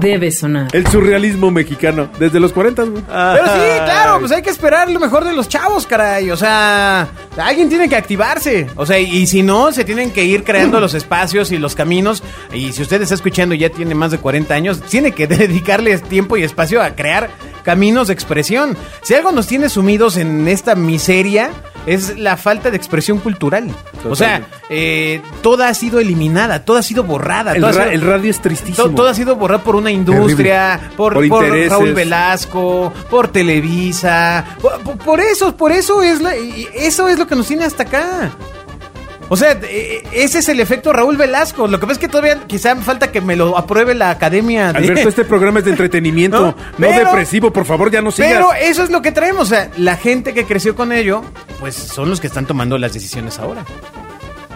[SPEAKER 1] debe sonar.
[SPEAKER 4] El surrealismo mexicano, desde los 40. güey.
[SPEAKER 2] Pero sí, claro, pues hay que esperar lo mejor de los chavos, caray. O sea, alguien tiene que activarse. O sea, y si no, se tienen que ir creando los espacios y los caminos. Y si usted está escuchando y ya tiene más de 40 años, tiene que dedicarle tiempo y espacio a crear caminos de expresión. Si algo nos tiene sumidos en esta miseria, es la falta de expresión cultural. O sea, eh, toda ha sido eliminada, toda ha sido borrada.
[SPEAKER 4] El,
[SPEAKER 2] toda ha
[SPEAKER 4] ra-
[SPEAKER 2] sido-
[SPEAKER 4] el radio es
[SPEAKER 2] To-
[SPEAKER 4] tristísimo.
[SPEAKER 2] Todo, ha sido borrado por una industria, por,
[SPEAKER 4] Por
[SPEAKER 2] por
[SPEAKER 4] intereses.
[SPEAKER 2] Raúl Velasco, por Televisa, por, por- por eso, por eso es la, y- y eso es lo que nos tiene hasta acá. O sea, e- e- ese es el efecto Raúl Velasco. Lo que pasa es que todavía quizá falta que me lo apruebe la academia. de-
[SPEAKER 4] Alberto, este programa es de entretenimiento, no,
[SPEAKER 2] No, pero-
[SPEAKER 4] depresivo. Por favor, ya no sigas.
[SPEAKER 2] Pero eso es lo que traemos. O sea, la gente que creció con ello, pues son los que están tomando las decisiones ahora.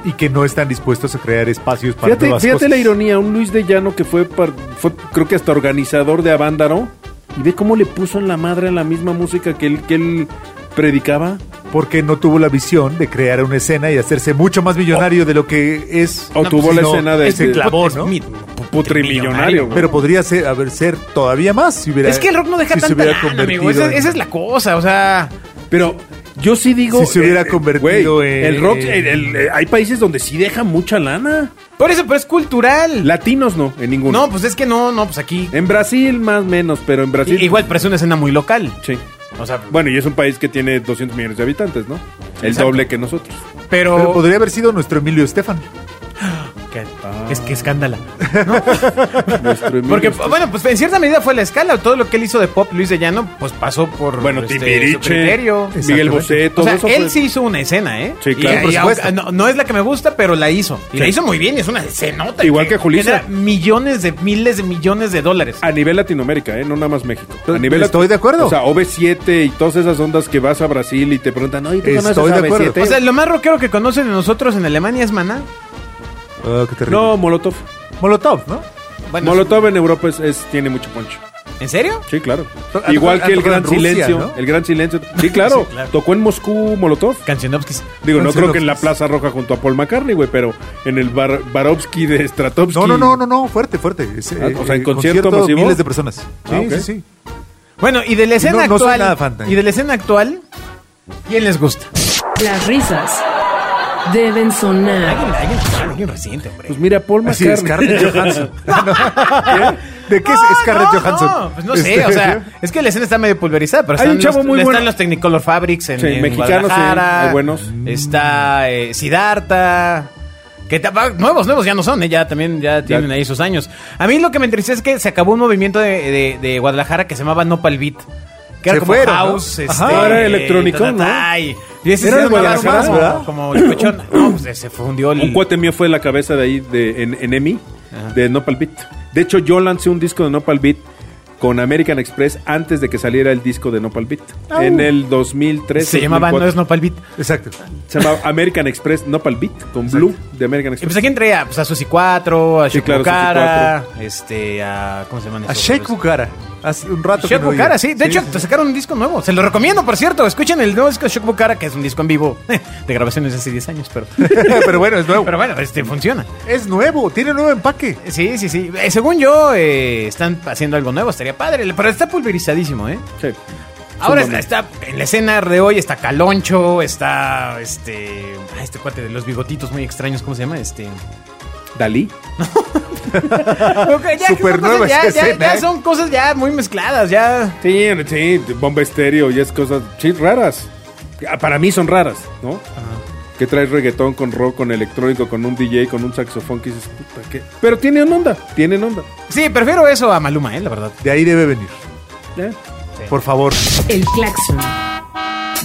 [SPEAKER 3] Y que no están dispuestos a crear espacios para
[SPEAKER 4] Fíjate,
[SPEAKER 3] nuevas
[SPEAKER 4] fíjate
[SPEAKER 3] cosas.
[SPEAKER 4] la ironía, un Luis de Llano que fue, par- fue creo que hasta organizador de Avándaro, y ve cómo le puso en la madre a la misma música que él, que él predicaba.
[SPEAKER 3] Porque no tuvo la visión de crear una escena y hacerse mucho más millonario de lo que es. pues
[SPEAKER 4] O tuvo la escena de-
[SPEAKER 3] Se clavó,
[SPEAKER 2] Es
[SPEAKER 3] ¿no?
[SPEAKER 2] mi- pu-
[SPEAKER 4] putrimillonario, güey.
[SPEAKER 3] Pero podría ser, haber, ser todavía más si hubiera.
[SPEAKER 2] Es que el rock no deja
[SPEAKER 3] si se
[SPEAKER 2] tanta
[SPEAKER 3] hubiera
[SPEAKER 2] lana, amigo.
[SPEAKER 3] convertido
[SPEAKER 2] Esa, esa
[SPEAKER 3] en-
[SPEAKER 2] es la cosa, o sea...
[SPEAKER 4] Pero yo sí digo. eh,
[SPEAKER 3] Si se hubiera convertido
[SPEAKER 4] güey,
[SPEAKER 3] en-
[SPEAKER 4] El rock. el- el- eh,
[SPEAKER 5] El-
[SPEAKER 4] el-
[SPEAKER 5] hay países donde sí deja mucha lana.
[SPEAKER 2] Por eso, pero es cultural.
[SPEAKER 4] latinos no, en ninguno.
[SPEAKER 2] No, pues es que no, no, pues aquí...
[SPEAKER 4] En Brasil más o menos, pero en Brasil.
[SPEAKER 2] Igual, pero es una escena muy local.
[SPEAKER 4] Sí.
[SPEAKER 2] O sea,
[SPEAKER 4] Bueno, y es un país que tiene 200 millones de habitantes, ¿no? El
[SPEAKER 2] Exacto.
[SPEAKER 4] doble que nosotros.
[SPEAKER 2] pero...
[SPEAKER 3] Pero podría haber sido nuestro Emilio Estefan.
[SPEAKER 2] Que- Es que escándala.
[SPEAKER 4] Nuestro
[SPEAKER 2] Porque,
[SPEAKER 4] Emilio-
[SPEAKER 2] bueno, pues en cierta medida fue la escala. Todo lo que él hizo de pop, Luis de Llano, pues pasó por
[SPEAKER 4] Bueno,
[SPEAKER 2] este, su
[SPEAKER 4] Timbiriche,
[SPEAKER 2] criterio.
[SPEAKER 4] Miguel
[SPEAKER 3] Exactamente.
[SPEAKER 4] Bosé,
[SPEAKER 2] O
[SPEAKER 4] todo
[SPEAKER 2] sea,
[SPEAKER 4] eso.
[SPEAKER 2] él
[SPEAKER 4] fue-
[SPEAKER 2] sí hizo una escena, ¿eh?
[SPEAKER 4] Sí, claro,
[SPEAKER 2] Y-
[SPEAKER 4] por
[SPEAKER 2] y
[SPEAKER 3] supuesto.
[SPEAKER 2] aunque- no, no es la que me gusta, pero la hizo. Y
[SPEAKER 4] Sí.
[SPEAKER 2] la hizo muy bien, y es una escenota.
[SPEAKER 4] Igual que Julissa.
[SPEAKER 2] genera millones de miles de millones de dólares.
[SPEAKER 4] A nivel Latinoamérica, ¿eh? No nada más México. A
[SPEAKER 3] Yo-
[SPEAKER 4] nivel
[SPEAKER 3] estoy
[SPEAKER 4] lati-
[SPEAKER 3] de acuerdo.
[SPEAKER 4] O sea, OV7 y todas esas ondas que vas a Brasil y te preguntan, oye, ¿tú
[SPEAKER 3] Estoy
[SPEAKER 4] conoces a
[SPEAKER 3] de acuerdo.
[SPEAKER 4] OV7?
[SPEAKER 2] o sea, lo más rockero que conocen de nosotros en Alemania es Maná.
[SPEAKER 3] Ah, qué terrible.
[SPEAKER 4] no, Molotov.
[SPEAKER 3] Molotov, ¿no?
[SPEAKER 2] Bueno,
[SPEAKER 4] Molotov en Europa es, es- tiene mucho poncho.
[SPEAKER 2] ¿en serio?
[SPEAKER 4] Sí, claro.
[SPEAKER 3] To-
[SPEAKER 4] Igual
[SPEAKER 3] to-
[SPEAKER 4] que el
[SPEAKER 3] tocó en
[SPEAKER 4] Gran
[SPEAKER 3] Rusia,
[SPEAKER 4] Silencio.
[SPEAKER 3] ¿no?
[SPEAKER 4] El Gran Silencio. Sí, claro.
[SPEAKER 2] claro.
[SPEAKER 4] Tocó en Moscú Molotov.
[SPEAKER 2] Kansinovskis.
[SPEAKER 4] Digo, no
[SPEAKER 3] Guns N'
[SPEAKER 4] creo que en la
[SPEAKER 3] Roses.
[SPEAKER 4] Plaza Roja junto a Paul McCartney, güey, pero en el Bar Barovsky de Stratovsky.
[SPEAKER 3] No, no, no, no, no, fuerte, fuerte. Es,
[SPEAKER 4] Ah,
[SPEAKER 3] eh,
[SPEAKER 4] o sea, en
[SPEAKER 3] eh,
[SPEAKER 4] concierto masivo.
[SPEAKER 3] miles de personas. Sí,
[SPEAKER 4] Ah, ok.
[SPEAKER 3] sí, sí.
[SPEAKER 2] Bueno, y de la escena
[SPEAKER 3] no soy
[SPEAKER 2] actual.
[SPEAKER 3] nada fan, eh.
[SPEAKER 2] y de la escena actual, ¿quién les gusta?
[SPEAKER 1] Las risas deben sonar.
[SPEAKER 2] Alguien, alguien, alguien reciente, hombre.
[SPEAKER 4] Pues mira, Paul
[SPEAKER 3] Así,
[SPEAKER 4] McCartney.
[SPEAKER 3] Scarlett Johansson. Ah, no. ¿De qué es
[SPEAKER 2] No,
[SPEAKER 3] Scarlett
[SPEAKER 2] no,
[SPEAKER 3] Johansson?
[SPEAKER 2] No, pues no sé,
[SPEAKER 3] Este,
[SPEAKER 2] o sea, es que la escena está medio pulverizada, pero
[SPEAKER 4] Hay
[SPEAKER 2] están
[SPEAKER 4] un chavo
[SPEAKER 2] los,
[SPEAKER 4] muy
[SPEAKER 2] están
[SPEAKER 4] bueno.
[SPEAKER 2] los Technicolor Fabrics en,
[SPEAKER 4] Sí,
[SPEAKER 2] en
[SPEAKER 4] mexicanos, sí,
[SPEAKER 2] Guadalajara,
[SPEAKER 4] muy buenos.
[SPEAKER 2] Está eh, Siddhartha, que tapa- nuevos, nuevos ya no son, eh, ya también ya tienen ahí sus años. A mí lo que me entristece es que se acabó un movimiento de, de- de Guadalajara que se llamaba Nopal Beat. Que era
[SPEAKER 3] Se
[SPEAKER 2] como
[SPEAKER 3] fueron, ¿no?
[SPEAKER 2] house, este,
[SPEAKER 4] Ajá, era electrónico,
[SPEAKER 2] ta, ta, ta,
[SPEAKER 4] ¿no?
[SPEAKER 2] y- y ese
[SPEAKER 4] Era
[SPEAKER 2] sí
[SPEAKER 4] de
[SPEAKER 2] era más
[SPEAKER 4] Guadalajara,
[SPEAKER 2] como-
[SPEAKER 4] ¿verdad?
[SPEAKER 2] Como el colchón. No, pues se fundió el.
[SPEAKER 4] Un cuate mío fue la cabeza de ahí de, en, en EMI, de Nopal Beat. De hecho, yo lancé un disco de Nopal Beat con American Express antes de que saliera el disco de Nopal Beat. En el 2003.
[SPEAKER 2] se llamaba, no es
[SPEAKER 4] 2004.
[SPEAKER 2] Nopal Beat.
[SPEAKER 3] Exacto.
[SPEAKER 4] Se llamaba American Express Nopal Beat con
[SPEAKER 3] Exacto.
[SPEAKER 4] Blue de American
[SPEAKER 2] Y pues
[SPEAKER 4] Express.
[SPEAKER 2] aquí entraía pues, a Susi 4, a
[SPEAKER 4] Sí,
[SPEAKER 2] Sheku
[SPEAKER 4] claro, Susi
[SPEAKER 2] Cara, este, a. ¿Cómo se llaman?
[SPEAKER 3] A Sheik Bukara. Hace un rato que
[SPEAKER 2] Shake
[SPEAKER 3] no oía.
[SPEAKER 2] Bukara, sí. De hecho, te sacaron un disco nuevo. Se lo recomiendo, por cierto. Escuchen el nuevo disco de Shake Bukara, que es un disco en vivo de grabaciones de hace 10 años, pero.
[SPEAKER 3] Pero bueno, es nuevo.
[SPEAKER 2] pero bueno, este funciona.
[SPEAKER 3] Es nuevo, tiene nuevo empaque.
[SPEAKER 2] Sí, sí, sí. Eh, según yo, eh, están haciendo algo nuevo, estaría padre. Pero está pulverizadísimo, ¿eh?
[SPEAKER 4] Sí.
[SPEAKER 2] Ahora
[SPEAKER 4] Son
[SPEAKER 2] está, está en la escena de hoy está Caloncho, está este. ah, Este cuate de los bigotitos muy extraños, ¿cómo se llama? Este.
[SPEAKER 4] Dalí.
[SPEAKER 2] Ok, ya, que son
[SPEAKER 3] Supernueva
[SPEAKER 2] cosas- ya-
[SPEAKER 3] esa
[SPEAKER 2] ya-
[SPEAKER 3] escena,
[SPEAKER 2] ya
[SPEAKER 3] ¿eh?
[SPEAKER 2] son cosas ya muy mezcladas, ya.
[SPEAKER 4] Sí, sí, bomba estéreo y es cosas sí, raras. Ah, Para mí son raras, ¿no? Que traes reggaetón con rock, con electrónico, con un DJ, con un saxofón que dices, puta, ¿qué? Pero tienen onda, tienen onda.
[SPEAKER 2] Sí, prefiero eso a Maluma, eh, la verdad.
[SPEAKER 3] De ahí debe venir.
[SPEAKER 4] ¿eh?
[SPEAKER 3] Por favor.
[SPEAKER 1] El claxon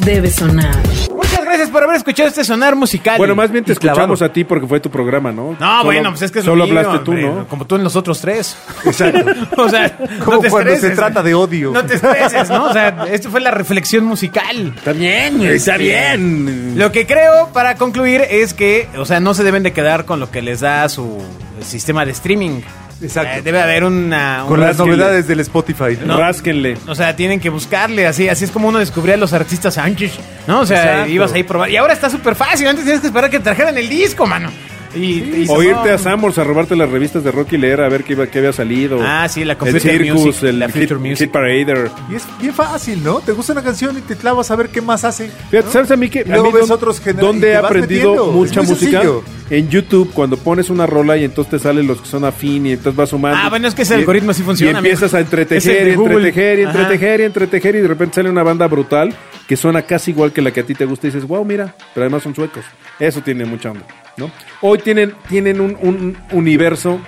[SPEAKER 1] debe sonar.
[SPEAKER 2] Muchas gracias por haber escuchado este sonar musical.
[SPEAKER 4] Bueno, más bien te
[SPEAKER 3] y clavado.
[SPEAKER 4] escuchamos a ti porque fue tu programa, ¿no?
[SPEAKER 2] No,
[SPEAKER 4] Solo-
[SPEAKER 2] bueno, pues es que es lo
[SPEAKER 4] Solo
[SPEAKER 2] mío,
[SPEAKER 4] hablaste tú,
[SPEAKER 2] hombre,
[SPEAKER 4] ¿no?
[SPEAKER 2] Como tú en los otros tres.
[SPEAKER 3] Exacto.
[SPEAKER 2] O sea,
[SPEAKER 3] Como
[SPEAKER 2] no te
[SPEAKER 3] cuando
[SPEAKER 2] estreses.
[SPEAKER 3] se trata de odio.
[SPEAKER 2] No te estreses, ¿no? O sea, esto fue la reflexión musical.
[SPEAKER 5] Está bien, güey, está
[SPEAKER 3] Mm.
[SPEAKER 5] bien.
[SPEAKER 2] Lo que creo para concluir es que, o sea, no se deben de quedar con lo que les da su sistema de streaming.
[SPEAKER 3] Exacto.
[SPEAKER 2] Eh, debe haber una.
[SPEAKER 3] Con
[SPEAKER 2] un-
[SPEAKER 3] las novedades del Spotify. ¿no?
[SPEAKER 2] No.
[SPEAKER 4] Rásquenle.
[SPEAKER 2] O sea, tienen que buscarle, así así es como uno descubría a los artistas antes, ¿no? O sea,
[SPEAKER 3] Exacto.
[SPEAKER 2] ibas ahí probar. Y ahora está súper fácil, antes tienes que esperar que trajeran el disco, mano. Y, y-
[SPEAKER 4] O irte
[SPEAKER 2] no.
[SPEAKER 4] a Sanborns a robarte las revistas de rock y leer a ver qué, iba- qué había salido.
[SPEAKER 2] Ah, sí, la
[SPEAKER 4] el
[SPEAKER 2] Computer
[SPEAKER 4] Circus,
[SPEAKER 2] Music,
[SPEAKER 4] el
[SPEAKER 2] la
[SPEAKER 4] Hit,
[SPEAKER 2] Future Music.
[SPEAKER 4] Hit Parader.
[SPEAKER 3] Y es bien fácil, ¿no? Te gusta una canción y te clavas a ver qué más hace.
[SPEAKER 4] Fíjate,
[SPEAKER 3] ¿no?
[SPEAKER 4] ¿sabes a mí que
[SPEAKER 3] Y luego ves
[SPEAKER 4] dónde,
[SPEAKER 3] otros géneros
[SPEAKER 4] dónde
[SPEAKER 3] y
[SPEAKER 4] he
[SPEAKER 3] te vas
[SPEAKER 4] aprendido
[SPEAKER 3] metiendo.
[SPEAKER 4] mucha
[SPEAKER 3] Es muy
[SPEAKER 4] música?
[SPEAKER 3] sencillo.
[SPEAKER 4] En YouTube, cuando pones una rola y entonces te salen los que son afín y entonces vas sumando.
[SPEAKER 2] Ah, bueno, es que ese
[SPEAKER 4] Y-
[SPEAKER 2] algoritmo sí funciona,
[SPEAKER 4] Y empiezas
[SPEAKER 2] amigo.
[SPEAKER 4] a
[SPEAKER 2] Es el
[SPEAKER 4] entretejer
[SPEAKER 2] de
[SPEAKER 4] y
[SPEAKER 2] Google.
[SPEAKER 4] entretejer y
[SPEAKER 2] Ajá.
[SPEAKER 4] entretejer y entretejer y de repente sale una banda brutal que suena casi igual que la que a ti te gusta y dices, wow, mira, pero además son suecos. Eso tiene mucha onda, ¿no? Hoy tienen, tienen un, un universo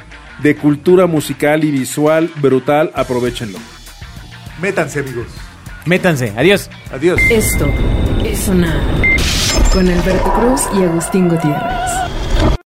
[SPEAKER 4] de cultura musical y visual brutal, aprovechenlo.
[SPEAKER 3] Métanse, amigos.
[SPEAKER 2] Métanse, adiós.
[SPEAKER 3] Adiós.
[SPEAKER 1] Esto es sonar. Con Alberto Cruz y Agustín Gutiérrez.